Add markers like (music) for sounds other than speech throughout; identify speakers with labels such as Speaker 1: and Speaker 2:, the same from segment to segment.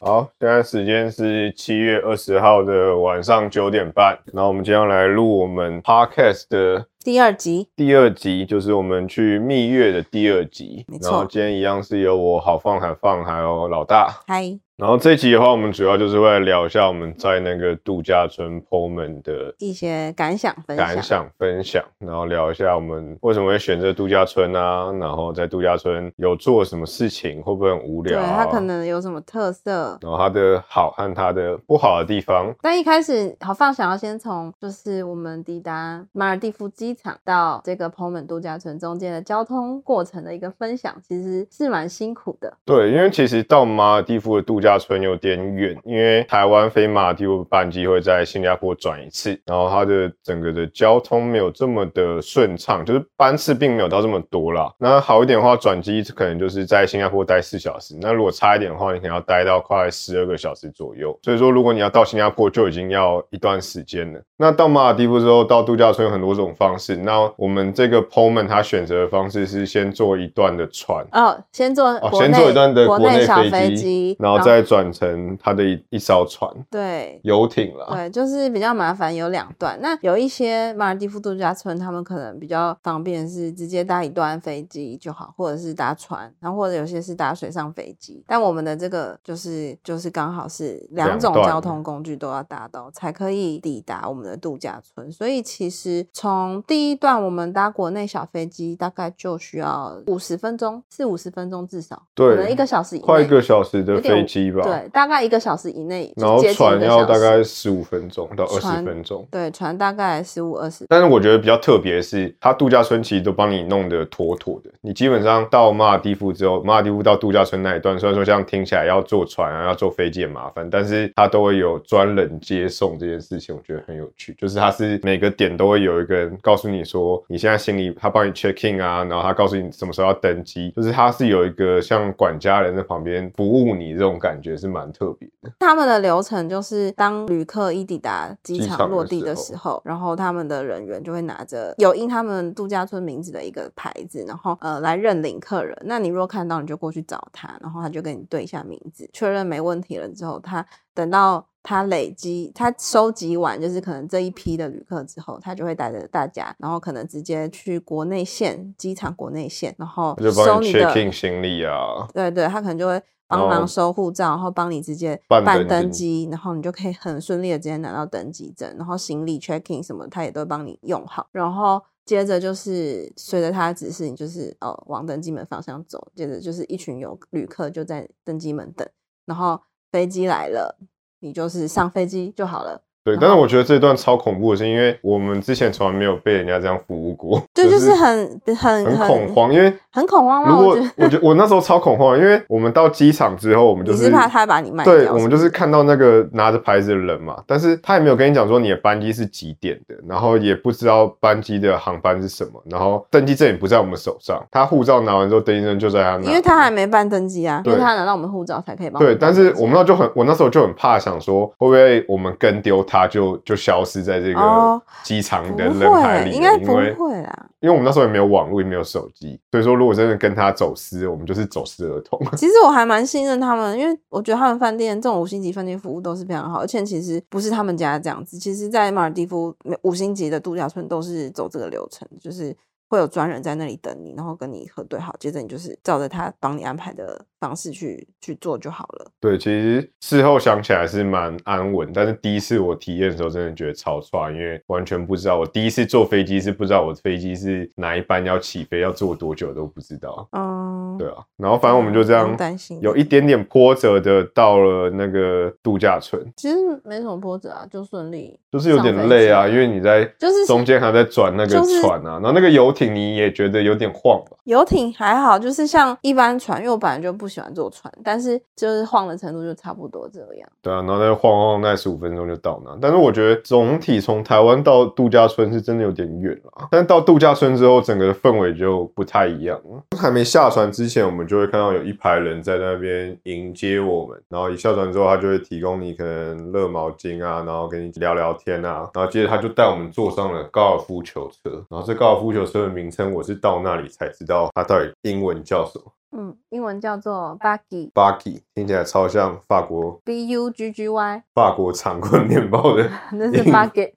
Speaker 1: 好，现在时间是七月二十号的晚上九点半，然后我们今天要来录我们 podcast 的
Speaker 2: 第二集，
Speaker 1: 第二集，就是我们去蜜月的第二集
Speaker 2: 没。错
Speaker 1: 然后今天一样是由我好放还放还有老大。
Speaker 2: 嗨，
Speaker 1: 然后这一集的话，我们主要就是会来聊一下我们在那个度假村 Pullman 的
Speaker 2: 一些感想分享。
Speaker 1: 感想分享，然后聊一下我们为什么会选择度假村啊，然后在度假村有做什么事情，会不会很无
Speaker 2: 对
Speaker 1: 聊、啊？
Speaker 2: 他可，能有什么特色？
Speaker 1: 然后它的好和它的不好的地方，
Speaker 2: 但一开始，好放想要先从就是我们抵达马尔蒂夫机场到这个彭门度假村中间的交通过程的一个分享，其实是蛮辛苦的。
Speaker 1: 对，因为其实到马尔蒂夫的度假村有点远，因为台湾飞马尔蒂夫班机会在新加坡转一次，然后它的整个的交通没有这么的顺畅，就是班次并没有到这么多啦。那好一点的话，转机可能就是在新加坡待四小时，那如果差一点的话，你可能要待到快十二个小时左右。所以说，如果你要到新加坡，就已经要一段时间了。那到马尔蒂夫之后，到度假村有很多种方式。那我们这个 Pullman 他选择的方式是先坐一段的船。
Speaker 2: 哦，先坐
Speaker 1: 哦，
Speaker 2: 国内、
Speaker 1: 先坐一段的
Speaker 2: 国
Speaker 1: 内
Speaker 2: 内小
Speaker 1: 飞
Speaker 2: 机，
Speaker 1: 然后再转成它的一一艘船
Speaker 2: 对
Speaker 1: 游艇啦。
Speaker 2: 对，就是比较麻烦，有两段。那有一些马尔蒂夫度假村，他们可能比较方便是直接搭一段飞机就好，或者是搭船，然后或者有些是搭水上飞机。但我们的这个就是就是刚好是两
Speaker 1: 两
Speaker 2: 种
Speaker 1: 段
Speaker 2: 交通工具都要搭到，才可以抵达我们的度假村。所以其实从第一段我们搭国内小飞机，大概就需要五十分钟，四五十分钟至少，可
Speaker 1: 对
Speaker 2: 能一个小时以内，
Speaker 1: 快一个小时的
Speaker 2: 有点
Speaker 1: 飞机吧。
Speaker 2: 对，大概一个小时以内，就
Speaker 1: 然后
Speaker 2: 接近一
Speaker 1: 船
Speaker 2: 个
Speaker 1: 要
Speaker 2: 小
Speaker 1: 大
Speaker 2: 时
Speaker 1: 概十五分钟到二十
Speaker 2: 船
Speaker 1: 分钟。
Speaker 2: 对，船大概十五二十。
Speaker 1: 但是我觉得比较特别的是，它度假村其实都帮你弄得妥妥的。你基本上到马尔蒂夫之后，马尔蒂夫到度假村那一段，虽然说像听起来要坐船啊、要坐飞机很麻烦，但是它都会有专人接送这件事情，我觉得很有趣。就是它是每个点都会有一个人告诉你说，你现在行李，他帮你 check in 啊，然后他告诉你什么时候要登机，就是它是有一个像管家人在旁边服务你，这种感觉是蛮特别的。
Speaker 2: 他们的流程就是，当旅客一抵达机
Speaker 1: 机场
Speaker 2: 场
Speaker 1: 的
Speaker 2: 落地的
Speaker 1: 时
Speaker 2: 时候，然后他们的人员就会拿着有印他们度假村名字的一个牌子，然后呃来认领客人。那你如果看到，你就过去找他，然后他就跟你对一下名字，确认没问题了之后，他等到。他累积，他收集完就是可能这一批的旅客之后，他就会带着大家，然后可能直接去国内线机场国内线，然后
Speaker 1: 他就
Speaker 2: 收
Speaker 1: 帮你
Speaker 2: 你的
Speaker 1: check in 行李啊，
Speaker 2: 对对，他可能就会帮
Speaker 1: 哦
Speaker 2: 忙收护照，然后帮你直接
Speaker 1: 办
Speaker 2: 办
Speaker 1: 登
Speaker 2: 登
Speaker 1: 机
Speaker 2: 机，然后你就可以很顺利的直接拿到登机证，然后行李 check in 什么，他也都会帮你用好，然后。接着就是随着他的指示，你就是哦往登机门方向走。接着就是一群游旅客就在登机门等，然后飞机来了，你就是上飞机就好了。
Speaker 1: 对，
Speaker 2: 然
Speaker 1: 但是
Speaker 2: 后
Speaker 1: 我觉得这段超恐怖的是，因为我们之前从来没有被人家这样服务过，
Speaker 2: (laughs) 对，就是是很很
Speaker 1: 很恐，慌。因为
Speaker 2: 很恐慌
Speaker 1: 如
Speaker 2: 吗？我
Speaker 1: 果
Speaker 2: 觉得
Speaker 1: 我觉得我那时候超恐慌，因为我们到机场之后，我们就
Speaker 2: 你是怕他把你卖掉
Speaker 1: 对，
Speaker 2: 是
Speaker 1: 我们
Speaker 2: 不
Speaker 1: 就是
Speaker 2: 是
Speaker 1: 看到那个拿着牌子的人嘛，但是他也没有跟你讲说你的班机是几点的，然后也不知道班机的航班是什么，然后登机证也不在我们手上，他护照拿完之后，登机证就在他那，
Speaker 2: 因为他还没办登机啊，因
Speaker 1: 嗯
Speaker 2: 为
Speaker 1: 对
Speaker 2: 他拿到我们护照才可以帮
Speaker 1: 对，
Speaker 2: 们
Speaker 1: 但
Speaker 2: 办
Speaker 1: 是
Speaker 2: 登机啊
Speaker 1: 我们那就很，我那时候就很怕，想说会不会我们跟丢他就就消失在这个
Speaker 2: 哦
Speaker 1: 机场
Speaker 2: 不
Speaker 1: 的人海
Speaker 2: 会，
Speaker 1: 里
Speaker 2: 应
Speaker 1: 了，
Speaker 2: 该
Speaker 1: 因
Speaker 2: 不
Speaker 1: 为
Speaker 2: 会啦。
Speaker 1: 因为我们那时候也没有网络，也没有手机，所以说如果真的跟他走私，我们就是走私儿童。 (laughs)
Speaker 2: 其实我还蛮信任他们，因为我觉得他们饭店这种五星级饭店服务都是非常好，而且其实不是他们家这样子，其实在马尔蒂夫五星级的度假村都是走这个流程，就是会有专人在那里等你，然后跟你核对好，接着你就是照着他帮你安排的方式去去做就好了。
Speaker 1: 对，其实事后想起来是蛮安稳，但是第一次我体验的时候，真的觉得超差，因为完全不知道。我第一次坐飞机是不知道我飞机是哪一班要起飞，要坐多久都不知道。
Speaker 2: 嗯，
Speaker 1: 对，啊，然后反正我们就这样，
Speaker 2: 担心
Speaker 1: 有一点点波折的到了那个度假村，
Speaker 2: 其实没什么波折啊，就顺利，
Speaker 1: 就是有点
Speaker 2: 上飞
Speaker 1: 累
Speaker 2: 机
Speaker 1: 啊，因为你在
Speaker 2: 就是
Speaker 1: 中间还在转那个
Speaker 2: 就是
Speaker 1: 船啊，然后那个游艇你也觉得有点晃啊吧。
Speaker 2: 游艇还好，就是像一般船，因为我本来就不喜欢坐船，但是就是晃的程度就差不多这样。
Speaker 1: 对啊，然后再晃晃，那十五分钟就到那。但是我觉得总体从台湾到度假村是真的有点远啦。但到度假村之后，整个的氛围就不太一样了。还没下船之前，我们就会看到有一排人在那边迎接我们。然后一下船之后，他就会提供你可能热毛巾啊，然后跟你聊聊天啊。然后接着他就带我们坐上了高尔夫球车。然后这高尔夫球车的名称，我是到那里才知道它到底英文叫什么。
Speaker 2: 嗯，英文叫做 buggy。
Speaker 1: Buggy 听起来超像法国
Speaker 2: B U G G Y， (laughs)
Speaker 1: 法国长棍面包的
Speaker 2: 那是
Speaker 1: 英
Speaker 2: buggy。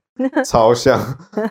Speaker 1: 超像。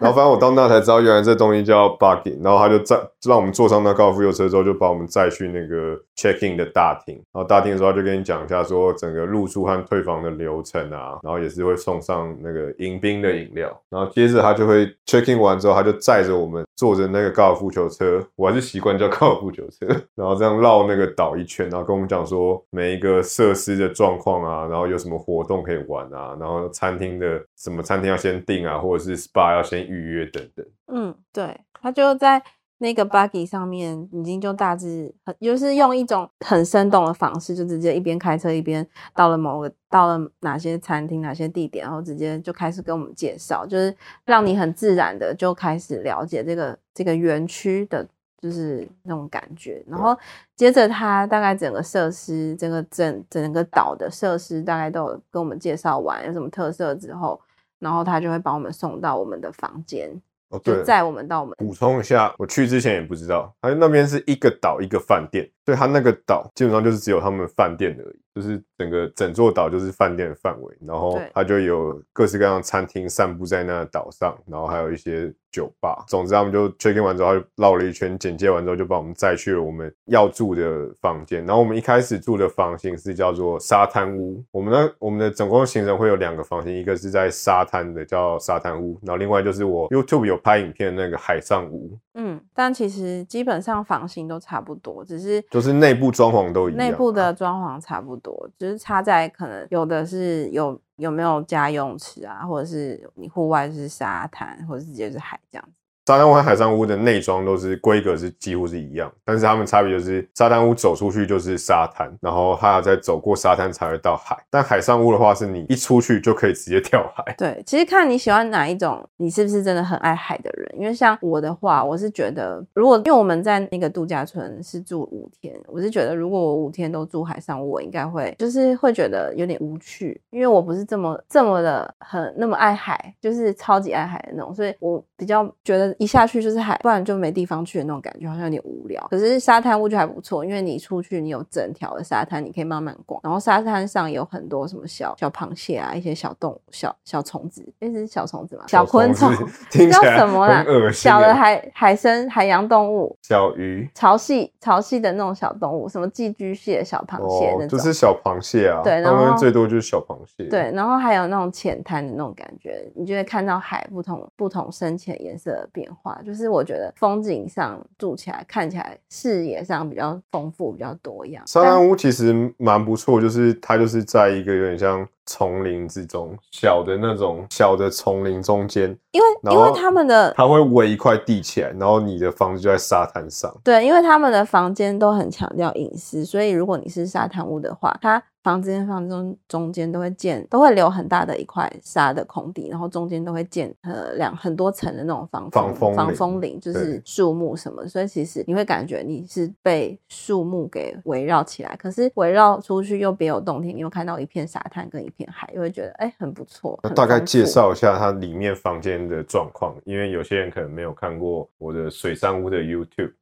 Speaker 1: 然后反正我到那才知道，原来这东西叫 buggy。然后他就载让我们坐上那高尔夫球车之后，就把我们载去那个 check in 的大厅。然后大厅的时候，他就跟你讲一下说整个入住和退房的流程啊，然后也是会送上那个迎宾的饮料。然后接着他就会 check in 完之后，他就载着我们坐着那个高尔夫球车，我还是习惯叫高尔夫球车， (laughs) 然后这样绕那个岛一圈，然后跟我们讲说每一个设施的状况啊，然后有什么活动可以玩啊，然后餐厅的什么餐厅要先订啊，或者是 SPA 要先预约等等。
Speaker 2: 嗯，对，他就在那个 buggy 上面已经就大致很，就是用一种很生动的方式，就直接一边开车一边到了某个到了哪些餐厅、哪些地点，然后直接就开始跟我们介绍，就是让你很自然的就开始了解这个这个园区的。就是那种感觉，然后接着他大概整个设施，整个整整个岛的设施大概都有跟我们介绍完有什么特色之后，然后他就会把我们送到我们的房间，
Speaker 1: 哦，
Speaker 2: 就载我们到我们
Speaker 1: 补充一下，我去之前也不知道，它那边是一个岛一个饭店，所以它那个岛基本上就是只有他们饭店而已，就是整个整座岛就是饭店的范围，然后
Speaker 2: 对
Speaker 1: 它就有各式各样的餐厅散布在那个岛上，然后还有一些酒吧。总之，他们就 check in 完之后，他就绕了一圈，简介完之后就把我们载去了我们要住的房间。然后我们一开始住的房型是叫做沙滩屋，我们那我们的总共行程会有两个房型，一个是在沙滩的叫沙滩屋，然后另外就是我 YouTube 有拍影片的那个海上屋，
Speaker 2: 嗯，但其实基本上房型都差不多，只是
Speaker 1: 就是内部装潢都一样啊。
Speaker 2: 内部的装潢差不多，只、是差在可能有的是有有没有家用池啊，或者是你户外是沙滩，或者直接是海这样子。
Speaker 1: 沙滩屋和海上屋的内装都是规格是几乎是一样，但是它们差别就是沙滩屋走出去就是沙滩，然后还要再走过沙滩才会到海。但海上屋的话，是你一出去就可以直接跳海。
Speaker 2: 对，其实看你喜欢哪一种，你是不是真的很爱海的人？因为像我的话，我是觉得，如果因为我们在那个度假村是住五天，我是觉得如果我五天都住海上，我应该会就是会觉得有点无趣，因为我不是这么这么的很那么爱海，就是超级爱海的那种，所以我比较觉得一下去就是海，不然就没地方去的那种感觉，好像有点无聊。可是沙滩屋就还不错，因为你出去，你有整条的沙滩，你可以慢慢逛，然后沙滩上有很多什么小小螃蟹啊，一些小动物、小小虫子，那是小虫子嘛，小昆虫，
Speaker 1: 虫子 (laughs) 听起
Speaker 2: 叫
Speaker 1: 来
Speaker 2: 什么啦
Speaker 1: 很恶？心
Speaker 2: 小的
Speaker 1: 欸
Speaker 2: 海海参、海洋动物。
Speaker 1: 小鱼，
Speaker 2: 潮汐、潮汐的那种小动物，什么寄居蟹、小螃蟹那种，
Speaker 1: 哦就是小螃蟹啊，
Speaker 2: 对然
Speaker 1: 他
Speaker 2: 后
Speaker 1: 们最多就是小螃蟹。，
Speaker 2: 对，然后还有那种浅滩的那种感觉，你就会看到海不同不同深浅颜色的变化。就是我觉得风景上住起来看起来视野上比较丰富，比较多样。
Speaker 1: 沙
Speaker 2: 但
Speaker 1: 滩屋其实蛮不错，就是它就是在一个有点像丛林之中，小的那种小的丛林中间，
Speaker 2: 因为
Speaker 1: 然
Speaker 2: 因为
Speaker 1: 后
Speaker 2: 他们的
Speaker 1: 它会围一块地起来，然后你的房子就在沙滩上。
Speaker 2: 对，因为他们的房间都很强调隐私，所以如果你是沙滩屋的话，它房间房中中间都会建，都会留很大的一块沙的空地，然后中间都会建呃两很多层的那种防
Speaker 1: 防
Speaker 2: 风
Speaker 1: 风
Speaker 2: 防
Speaker 1: 林
Speaker 2: 风林，就
Speaker 1: 对
Speaker 2: 是树木什么，所以其实你会感觉你是被树木给围绕起来，可是围绕出去又别有洞天，你又看到一片沙滩跟一片海，又会觉得哎很不错。
Speaker 1: 那
Speaker 2: 很
Speaker 1: 大概
Speaker 2: 丰
Speaker 1: 介
Speaker 2: 富
Speaker 1: 绍一下它里面房间的状况，因为有些人可能没有看过我的水上屋的 YouTube。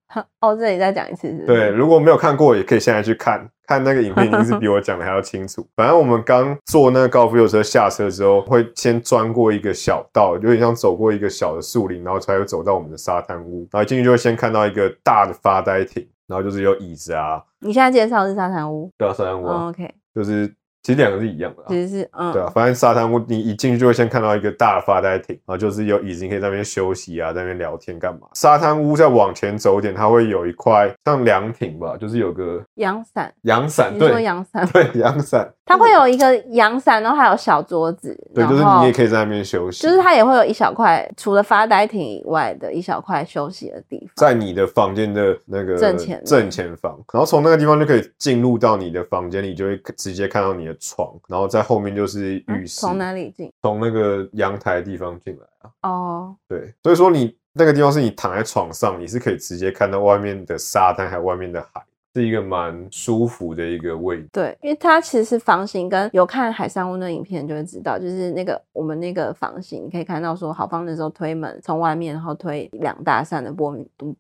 Speaker 2: 哦，这里再讲一次是不是
Speaker 1: 对，如果没有看过，也可以现在去看看那个影片，已经是比我讲的还要清楚。反正我们刚坐那个高尔夫球车下车之后，会先钻过一个小道，有点像走过一个小的树林，然后才会走到我们的沙滩屋。然后进去就会先看到一个大的发呆亭，然后就是有椅子啊，
Speaker 2: 你现在介绍的是沙滩屋、
Speaker 1: 对啊，沙滩屋啊、
Speaker 2: o k
Speaker 1: 就是其实两个是一样的、啊。
Speaker 2: 其实是嗯
Speaker 1: 对啊，反正沙滩屋你一进去就会先看到一个大的发呆亭，然后就是有椅子，你可以在那边休息啊，在那边聊天干嘛。沙滩屋再往前走一点，它会有一块像凉亭吧，就是有个
Speaker 2: 阳伞。
Speaker 1: 阳伞，
Speaker 2: 你是说
Speaker 1: 对
Speaker 2: 阳伞吗，
Speaker 1: 对，阳伞，
Speaker 2: 它会有一个阳伞，然后还有小桌子，
Speaker 1: 对，
Speaker 2: 然
Speaker 1: 就
Speaker 2: 后
Speaker 1: 是你也可以在那边休息，
Speaker 2: 就是它也会有一小块，除了发呆亭以外的一小块休息的地方。啊
Speaker 1: 在你的房间的那个
Speaker 2: 正前面
Speaker 1: 正前方，然后从那个地方就可以进入到你的房间里，就会直接看到你的床，然后在后面就是浴
Speaker 2: 嗯
Speaker 1: 室，
Speaker 2: 从哪里进？
Speaker 1: 从那个阳台的地方进来。
Speaker 2: 哦，
Speaker 1: 对，所以说你那个地方是你躺在床上，你是可以直接看到外面的沙滩还有外面的海。是一个蛮舒服的一个位置。
Speaker 2: 对，因为它其实房型跟有看海上屋那影片就会知道，就是那个我们那个房型，你可以看到说好房的时候推门从外面，然后推两大扇的玻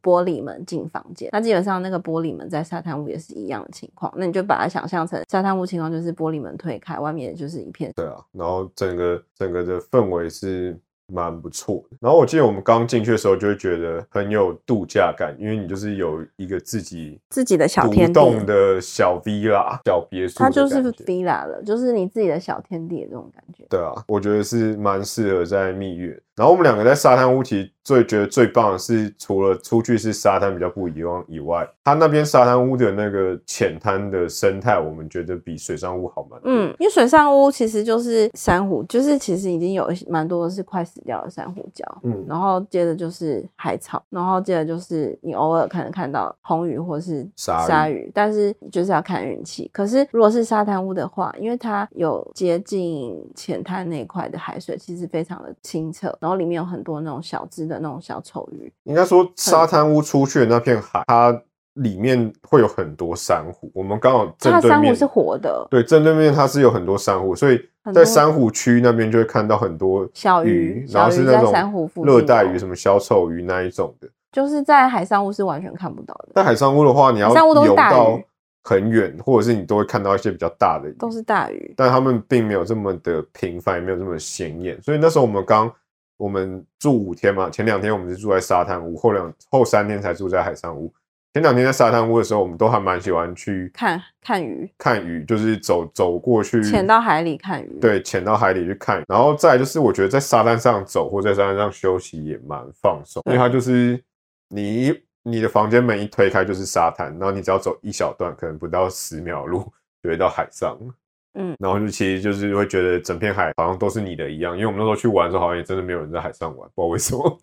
Speaker 2: 玻璃门进房间。那基本上那个玻璃门在沙滩屋也是一样的情况，那你就把它想象成沙滩屋情况就是玻璃门推开，外面就是一片
Speaker 1: 对啊，然后整个整个的氛围是蛮不错的。然后我记得我们刚进去的时候就会觉得很有度假感，因为你就是有一个自己
Speaker 2: 自己的小
Speaker 1: 独
Speaker 2: 天
Speaker 1: 栋
Speaker 2: 地。
Speaker 1: 的小 villa 小别墅的
Speaker 2: 它
Speaker 1: 感觉，
Speaker 2: 就是 villa 了，就是你自己的小天地的这种感觉。
Speaker 1: 对啊，我觉得是蛮适合在蜜月。然后我们两个在沙滩屋，其实最觉得最棒的是，除了出去是沙滩比较不一样以外，它那边沙滩屋的那个浅滩的生态，我们觉得比水上屋好蛮多。
Speaker 2: 嗯，因为水上屋其实就是珊瑚，就是其实已经有一些蛮多是快死掉的珊瑚礁，
Speaker 1: 嗯，
Speaker 2: 然后接着就是海草，然后接着就是你偶尔可能看到红鱼或是
Speaker 1: 鲨鱼
Speaker 2: 鲨鱼，但是就是要看运气。可是如果是沙滩屋的话，因为它有接近浅滩那一块的海水，其实非常的清澈，然后里面有很多那种小只的那种小丑鱼，
Speaker 1: 应该说沙滩屋出去的那片海，它里面会有很多珊瑚。我们刚好正
Speaker 2: 它的
Speaker 1: 对
Speaker 2: 珊瑚
Speaker 1: 面
Speaker 2: 是活的，
Speaker 1: 对，正对面它是有很多珊瑚，所以
Speaker 2: 很多
Speaker 1: 在珊瑚区那边就会看到很多
Speaker 2: 小
Speaker 1: 鱼
Speaker 2: 鱼，
Speaker 1: 然后是
Speaker 2: 小鱼
Speaker 1: 那
Speaker 2: 在
Speaker 1: 种
Speaker 2: 珊瑚附近
Speaker 1: 热带鱼，
Speaker 2: 哦
Speaker 1: 什么小丑鱼那一种的。
Speaker 2: 就是在海上屋是完全看不到的，
Speaker 1: 但海上屋的话，你要
Speaker 2: 海上屋都是
Speaker 1: 游
Speaker 2: 大
Speaker 1: 到
Speaker 2: 鱼
Speaker 1: 很远，或者是你都会看到一些比较大的鱼，
Speaker 2: 都是大鱼。
Speaker 1: 但他们并没有这么的频繁，也没有这么显眼。所以那时候我们刚我们住五天嘛，前两天我们是住在沙滩屋，后两后三天才住在海上屋。前两天在沙滩屋的时候，我们都还蛮喜欢去
Speaker 2: 看看鱼，
Speaker 1: 看鱼，就是走走过去，
Speaker 2: 潜到海里看鱼，，
Speaker 1: 嗯对，潜到海里去看。然后再来就是，我觉得在沙滩上走或在沙滩上休息也蛮放松，因为它就是你一你的房间门一推开就是沙滩，然后你只要走一小段，可能不到十秒路就会到海上。
Speaker 2: 嗯，
Speaker 1: 然后就其实就是会觉得整片海好像都是你的一样，因为我们那时候去玩的时候，好像也真的没有人在海上玩，不知道为什么。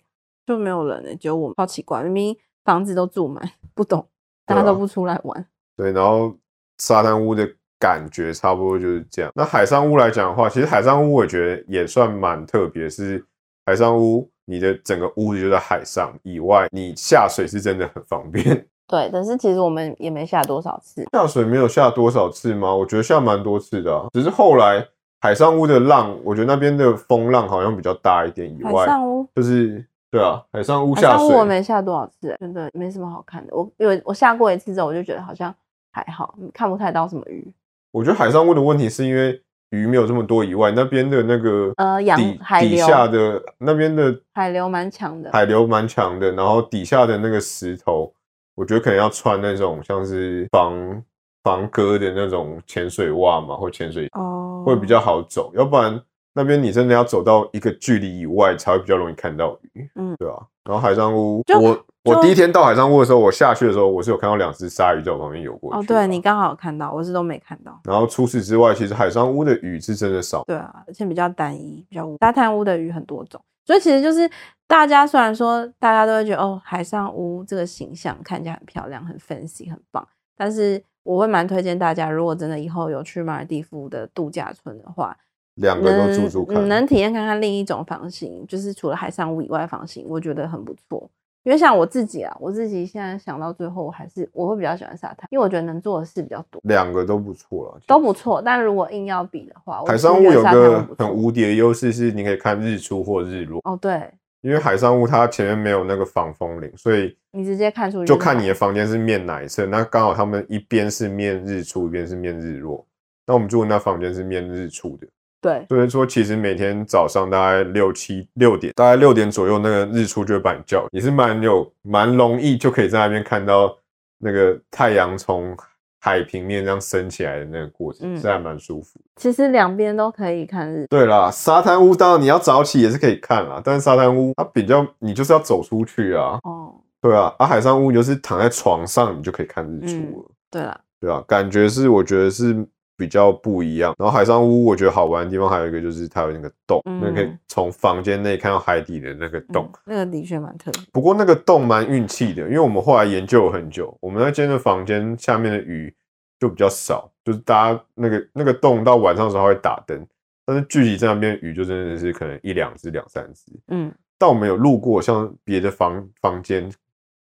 Speaker 2: 就没有人了、欸只有我们，好奇怪，明明房子都住满，不懂，
Speaker 1: 对
Speaker 2: 大
Speaker 1: 啊
Speaker 2: 家都不出来玩。
Speaker 1: 对，然后沙滩屋的感觉差不多就是这样。那海上屋来讲的话，其实海上屋我觉得也算蛮特别，是海上屋你的整个屋子就在海上以外，你下水是真的很方便。 (laughs)
Speaker 2: 对，但是其实我们也没下多少次，
Speaker 1: 下水没有下多少次吗？我觉得下蛮多次的啊、只是后来海上屋的浪，我觉得那边的风浪好像比较大一点以
Speaker 2: 海
Speaker 1: 外，
Speaker 2: 上屋。
Speaker 1: 就是对啊，海上屋
Speaker 2: 海
Speaker 1: 下
Speaker 2: 上
Speaker 1: 水
Speaker 2: 屋我没下多少次、真的没什么好看的。我有我下过一次之后，我就觉得好像还好，看不太到什么鱼。
Speaker 1: 我觉得海上屋的问题是因为鱼没有这么多以外，那边的那个
Speaker 2: 呃洋
Speaker 1: 底
Speaker 2: 海
Speaker 1: 底
Speaker 2: 流
Speaker 1: 下的那边的
Speaker 2: 海流蛮强的
Speaker 1: 海流蛮强的，然后底下的那个石头，我觉得可能要穿那种像是防防割的那种潜水袜嘛，或潜水
Speaker 2: 哦
Speaker 1: 会比较好走，要不然那边你真的要走到一个距离以外才会比较容易看到鱼，
Speaker 2: 嗯
Speaker 1: 对啊。然后海上屋，
Speaker 2: 就
Speaker 1: 我我
Speaker 2: 就
Speaker 1: 第一天到海上屋的时候，我下去的时候，我是有看到两只鲨鱼在我旁边游过去
Speaker 2: 哦。
Speaker 1: 啊
Speaker 2: 对你刚好有看到，我是都没看到。
Speaker 1: 然后除此之外，其实海上屋的雨是真的少。
Speaker 2: 对啊，而且比较单一，比较无沙滩屋的鱼很多种，所以其实就是大家虽然说大家都会觉得哦，海上屋这个形象看起来很漂亮、很 fancy、很棒，但是我会蛮推荐大家，如果真的以后有去马尔蒂夫的度假村的话，
Speaker 1: 两个都住住看，
Speaker 2: 能能体验看看另一种房型，就是除了海上屋以外的房型，我觉得很不错。因为像我自己啊，我自己现在想到最后，我还是我会比较喜欢沙滩，因为我觉得能做的事比较多，
Speaker 1: 两个都不错了。
Speaker 2: 都不错。但如果硬要比的话，我
Speaker 1: 海
Speaker 2: 是
Speaker 1: 上
Speaker 2: 觉
Speaker 1: 屋
Speaker 2: 得
Speaker 1: 有
Speaker 2: 沙滩
Speaker 1: 个
Speaker 2: 不
Speaker 1: 很
Speaker 2: 错
Speaker 1: 无敌的优势是，你可以看日出或日落，
Speaker 2: 哦，对，
Speaker 1: 因为海上屋它前面没有那个防风林，所以
Speaker 2: 你直接看出去
Speaker 1: 就是看
Speaker 2: 海
Speaker 1: 你的房间是面哪一侧。那刚好他们一边是面日出，一边是面日落。那我们住的那房间是面日出的，
Speaker 2: 对
Speaker 1: 所以说其实每天早上大概六七六点，大概六点左右那个日出就会把你叫，也是蛮有蛮容易就可以在那边看到那个太阳从海平面这样升起来的那个过程，
Speaker 2: 嗯
Speaker 1: 是还蛮舒服的。
Speaker 2: 其实两边都可以看日。
Speaker 1: 对啦，沙滩屋当然你要早起也是可以看啦，但是沙滩屋它比较你就是要走出去啊，
Speaker 2: 哦，
Speaker 1: 对啊，啊海上屋你就是躺在床上你就可以看日出了。
Speaker 2: 嗯对了，
Speaker 1: 对啊，感觉是我觉得是比较不一样。然后海上屋，我觉得好玩的地方还有一个就是它有那个洞，
Speaker 2: 嗯
Speaker 1: 那可以从房间内看到海底的那个洞。
Speaker 2: 嗯，那个的确蛮特别。
Speaker 1: 不过那个洞蛮运气的，因为我们后来研究了很久，我们那间的房间下面的鱼就比较少，就是大家那个那个洞到晚上的时候它会打灯，但是距离在那边的鱼就真的是可能一两只、两三只。
Speaker 2: 嗯，
Speaker 1: 但我们有路过像别的房房间，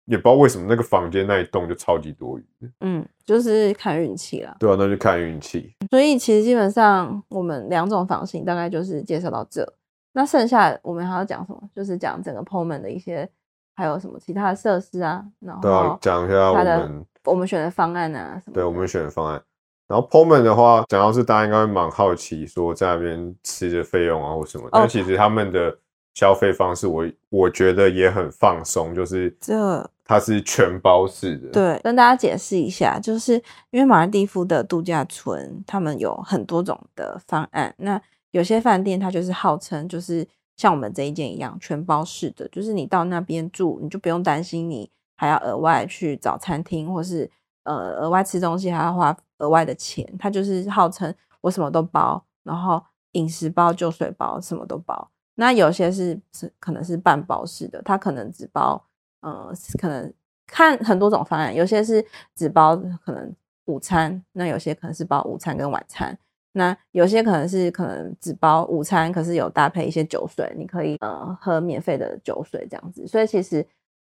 Speaker 1: 也不知道为什么那个房间那一栋就超级多余。
Speaker 2: 嗯，就是看运气啦。
Speaker 1: 对啊，那就看运气。
Speaker 2: 所以其实基本上我们两种房型大概就是介绍到这。那剩下我们还要讲什么？就是讲整个 p o m a n 的一些，还有什么其他的设施啊，然
Speaker 1: 对啊
Speaker 2: 后，
Speaker 1: 讲一下我
Speaker 2: 它的
Speaker 1: 们
Speaker 2: 我们选的方案啊什么的。
Speaker 1: 对我们选的方案。然后 Pullman 的话，讲到是大家应该会蛮好奇，说在那边吃的费用啊或什么，
Speaker 2: 哦
Speaker 1: 但其实他们的消费方式我，我觉得也很放松，就是
Speaker 2: 这
Speaker 1: 它是全包式的，，
Speaker 2: 对，跟大家解释一下，就是因为马尔蒂夫的度假村，他们有很多种的方案。那有些饭店它就是号称就是像我们这一间一样全包式的，就是你到那边住，你就不用担心你还要额外去找餐厅，或是呃额外吃东西还要花额外的钱。它就是号称我什么都包，然后饮食包、酒水包，什么都包。那有些是是可能是半包式的，它可能只包呃可能看很多种方案，有些是只包可能午餐，那有些可能是包午餐跟晚餐，那有些可能是可能只包午餐，可是有搭配一些酒水，你可以呃喝免费的酒水这样子，所以其实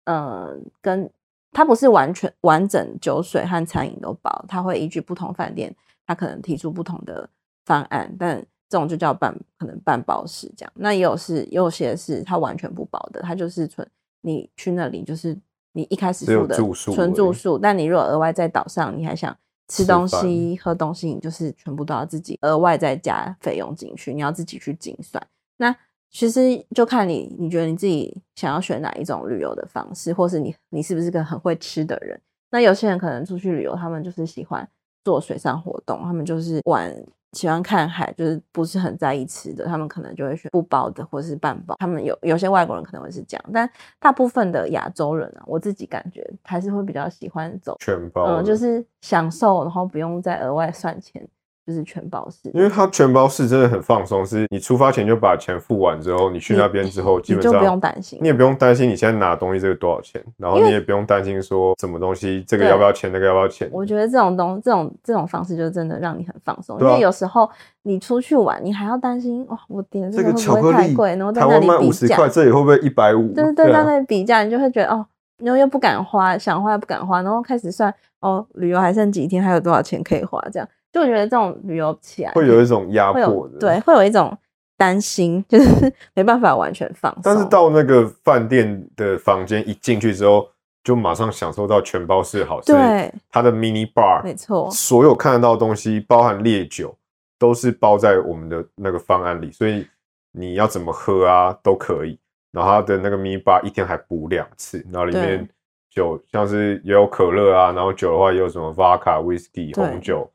Speaker 2: 呃跟它不是完全完整酒水和餐饮都包，它会依据不同饭店，它可能提出不同的方案，但这种就叫半可能半包式这样。那也有是也有些是它完全不包的，它就是纯你去那里就是你一开始
Speaker 1: 只有
Speaker 2: 付的
Speaker 1: 住宿而
Speaker 2: 纯
Speaker 1: 已
Speaker 2: 住宿，但你如果额外在岛上你还想吃
Speaker 1: 吃
Speaker 2: 东
Speaker 1: 饭
Speaker 2: 西、喝东西，你就是全部都要自己额外再加费用进去，你要自己去精算。那其实就看你，你觉得你自己想要选哪一种旅游的方式，或是你你是不是个很会吃的人。那有些人可能出去旅游，他们就是喜欢做水上活动，他们就是玩，喜欢看海，就是不是很在意吃的，他们可能就会选不包的或是半包。他们有有些外国人可能会是这样，但大部分的亚洲人啊，我自己感觉还是会比较喜欢走，
Speaker 1: 全包的，
Speaker 2: 嗯，就是享受，然后不用再额外算钱，就是全包式。
Speaker 1: 因为它全包式真的很放松，是你出发前就把钱付完之后，你去
Speaker 2: 你
Speaker 1: 那边之后，基
Speaker 2: 你
Speaker 1: 本
Speaker 2: 就
Speaker 1: 上
Speaker 2: 不用担心
Speaker 1: 你也不用担心你现在拿东西这个多少钱，然后
Speaker 2: 因为
Speaker 1: 你也不用担心说什么东西这个
Speaker 2: 对
Speaker 1: 要不要钱，那个要不要钱。
Speaker 2: 我觉得这种东这种这种方式就真的让你很放松，因
Speaker 1: 对啊
Speaker 2: 为有时候你出去玩，你还要担心哇，我点
Speaker 1: 这
Speaker 2: 这
Speaker 1: 个
Speaker 2: 个
Speaker 1: 巧
Speaker 2: 会
Speaker 1: 克
Speaker 2: 不会太
Speaker 1: 力
Speaker 2: 贵，然后在
Speaker 1: 台
Speaker 2: 那
Speaker 1: 湾
Speaker 2: 里
Speaker 1: 卖
Speaker 2: 比
Speaker 1: 五十
Speaker 2: 价，
Speaker 1: 块，这里会不会一百五？
Speaker 2: 对对，在
Speaker 1: 啊
Speaker 2: 那里比价，你就会觉得哦，然后又不敢花，想花又不敢花，然后开始算哦，旅游还剩几天，还有多少钱可以花，这样就我觉得这种旅游起来
Speaker 1: 会有一种压
Speaker 2: 会有
Speaker 1: 迫的。
Speaker 2: 对，，会有一种担心，就是 (laughs) 没办法完全放松。
Speaker 1: 但是到那个饭店的房间一进去之后，就马上享受到全包式好吃，
Speaker 2: 对，
Speaker 1: 它的 mini
Speaker 2: 没
Speaker 1: bar，
Speaker 2: 错，
Speaker 1: 所有看得到的东西，包含烈酒，都是包在我们的那个方案里，所以你要怎么喝啊都可以。然后它的那个 mini bar 一天还补两次，然后里面
Speaker 2: 对
Speaker 1: 酒像是也有可乐啊，然后酒的话也有什么 vodka、whisky、
Speaker 2: 对
Speaker 1: 红酒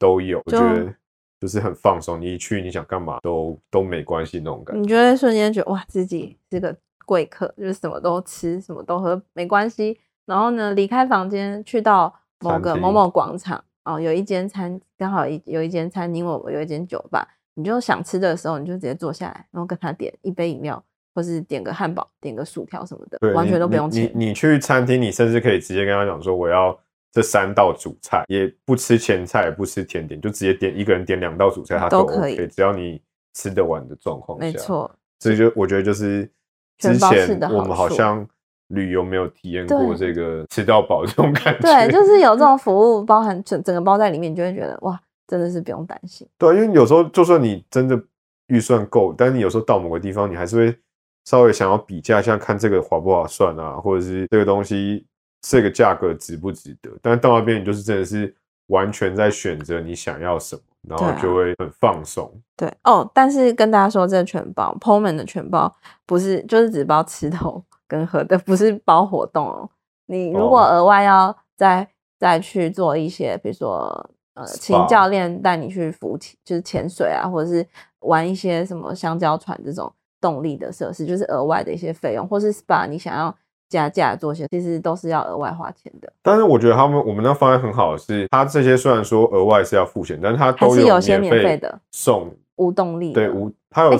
Speaker 1: 都有，我
Speaker 2: 就
Speaker 1: 觉得。就是很放松，你一去你想干嘛都都没关系那种感觉。
Speaker 2: 你就会瞬间觉得哇，自己是个贵客，就是什么都吃，什么都喝，没关系。然后呢，离开房间去到某
Speaker 1: 餐
Speaker 2: 个
Speaker 1: 厅
Speaker 2: 某某广场哦，有一间餐刚好一有一间餐厅，我我有一间酒吧，你就想吃的时候，你就直接坐下来，然后跟他点一杯饮料，或是点个汉堡、点个薯条什么
Speaker 1: 对，
Speaker 2: 的，完
Speaker 1: 你
Speaker 2: 全都不用
Speaker 1: 你
Speaker 2: 钱。
Speaker 1: 你你去餐厅，你甚至可以直接跟他讲说，我要这三道主菜，也不吃前菜，也不吃甜点，就直接点一个人点两道主菜，他
Speaker 2: 嗯都可
Speaker 1: OK，
Speaker 2: 以
Speaker 1: 只要你吃得完的状况下。
Speaker 2: 没，错，
Speaker 1: 这就我觉得就是
Speaker 2: 全
Speaker 1: 之
Speaker 2: 包式
Speaker 1: 前
Speaker 2: 的
Speaker 1: 我们
Speaker 2: 好
Speaker 1: 好
Speaker 2: 处
Speaker 1: 像旅游没有体验过
Speaker 2: 对
Speaker 1: 这个吃到饱这种感觉。 (laughs)
Speaker 2: 对，就是有这种服务包含整整个包在里面，你就会觉得哇，真的是不用担心。
Speaker 1: 对，啊因为有时候就算你真的预算够，但你有时候到某个地方，你还是会稍微想要比价一下，看这个划不划算啊，或者是这个东西这个价格值不值得。但到那边，你就是真的是完全在选择你想要什么，然
Speaker 2: 对
Speaker 1: 后
Speaker 2: 啊
Speaker 1: 就会很放松。
Speaker 2: 对哦，但是跟大家说，这全包 p o m a n 的全包不是就是只包吃的哦跟喝的，不是包活动哦。你如果
Speaker 1: 哦
Speaker 2: 额外要再、再去做一些，比如说呃，请
Speaker 1: Spa
Speaker 2: 教练带你去浮潜，就是潜水啊，或者是玩一些什么香蕉船这种动力的设施，就是额外的一些费用，或是 SPA 你想要加价做些，其实都是要额外花钱的，
Speaker 1: 但是我觉得他们我们那方案很好的是，它这些虽然说额外是要付钱，但是它
Speaker 2: 还
Speaker 1: 都
Speaker 2: 是有些
Speaker 1: 免
Speaker 2: 免费的
Speaker 1: 送，
Speaker 2: 无动力的。
Speaker 1: 对，无它有、
Speaker 2: 哎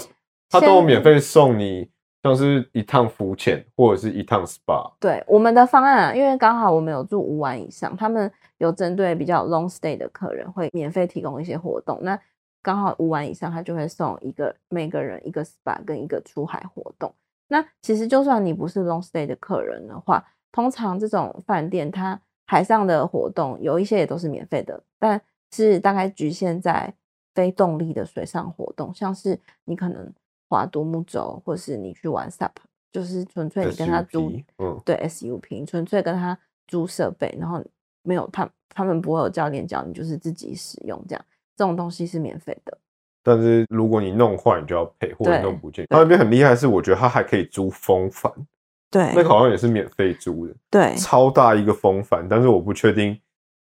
Speaker 1: 它都有
Speaker 2: 现在
Speaker 1: 免费送你，像是一趟浮潜或者是一趟 SPA。
Speaker 2: 对我们的方案啊，因为刚好我们有住五晚以上，他们有针对比较 long stay 的客人会免费提供一些活动。那刚好五晚以上，他就会送一个每个人一个 SPA 跟一个出海活动。那其实就算你不是 long stay 的客人的话 p 通常这种饭店它海上的活动有一些也都是免费的，但是大概局限在非动力的水上活动，像是你可能划独木舟，或是你去玩 SUP，就是纯粹你跟他租
Speaker 1: SUP 嗯，
Speaker 2: 对 SUP，纯粹跟他租设备，然后没有他他们不会有教练教你，就是自己使用这样，这种东西是免费的。
Speaker 1: 但是如果你弄坏，你就要赔，或者
Speaker 2: 对
Speaker 1: 弄不见。
Speaker 2: 对
Speaker 1: 他那边很厉害，是我觉得他还可以租风帆，
Speaker 2: 对
Speaker 1: 那个好像也是免费租的，
Speaker 2: 对
Speaker 1: 超大一个风帆，但是我不确定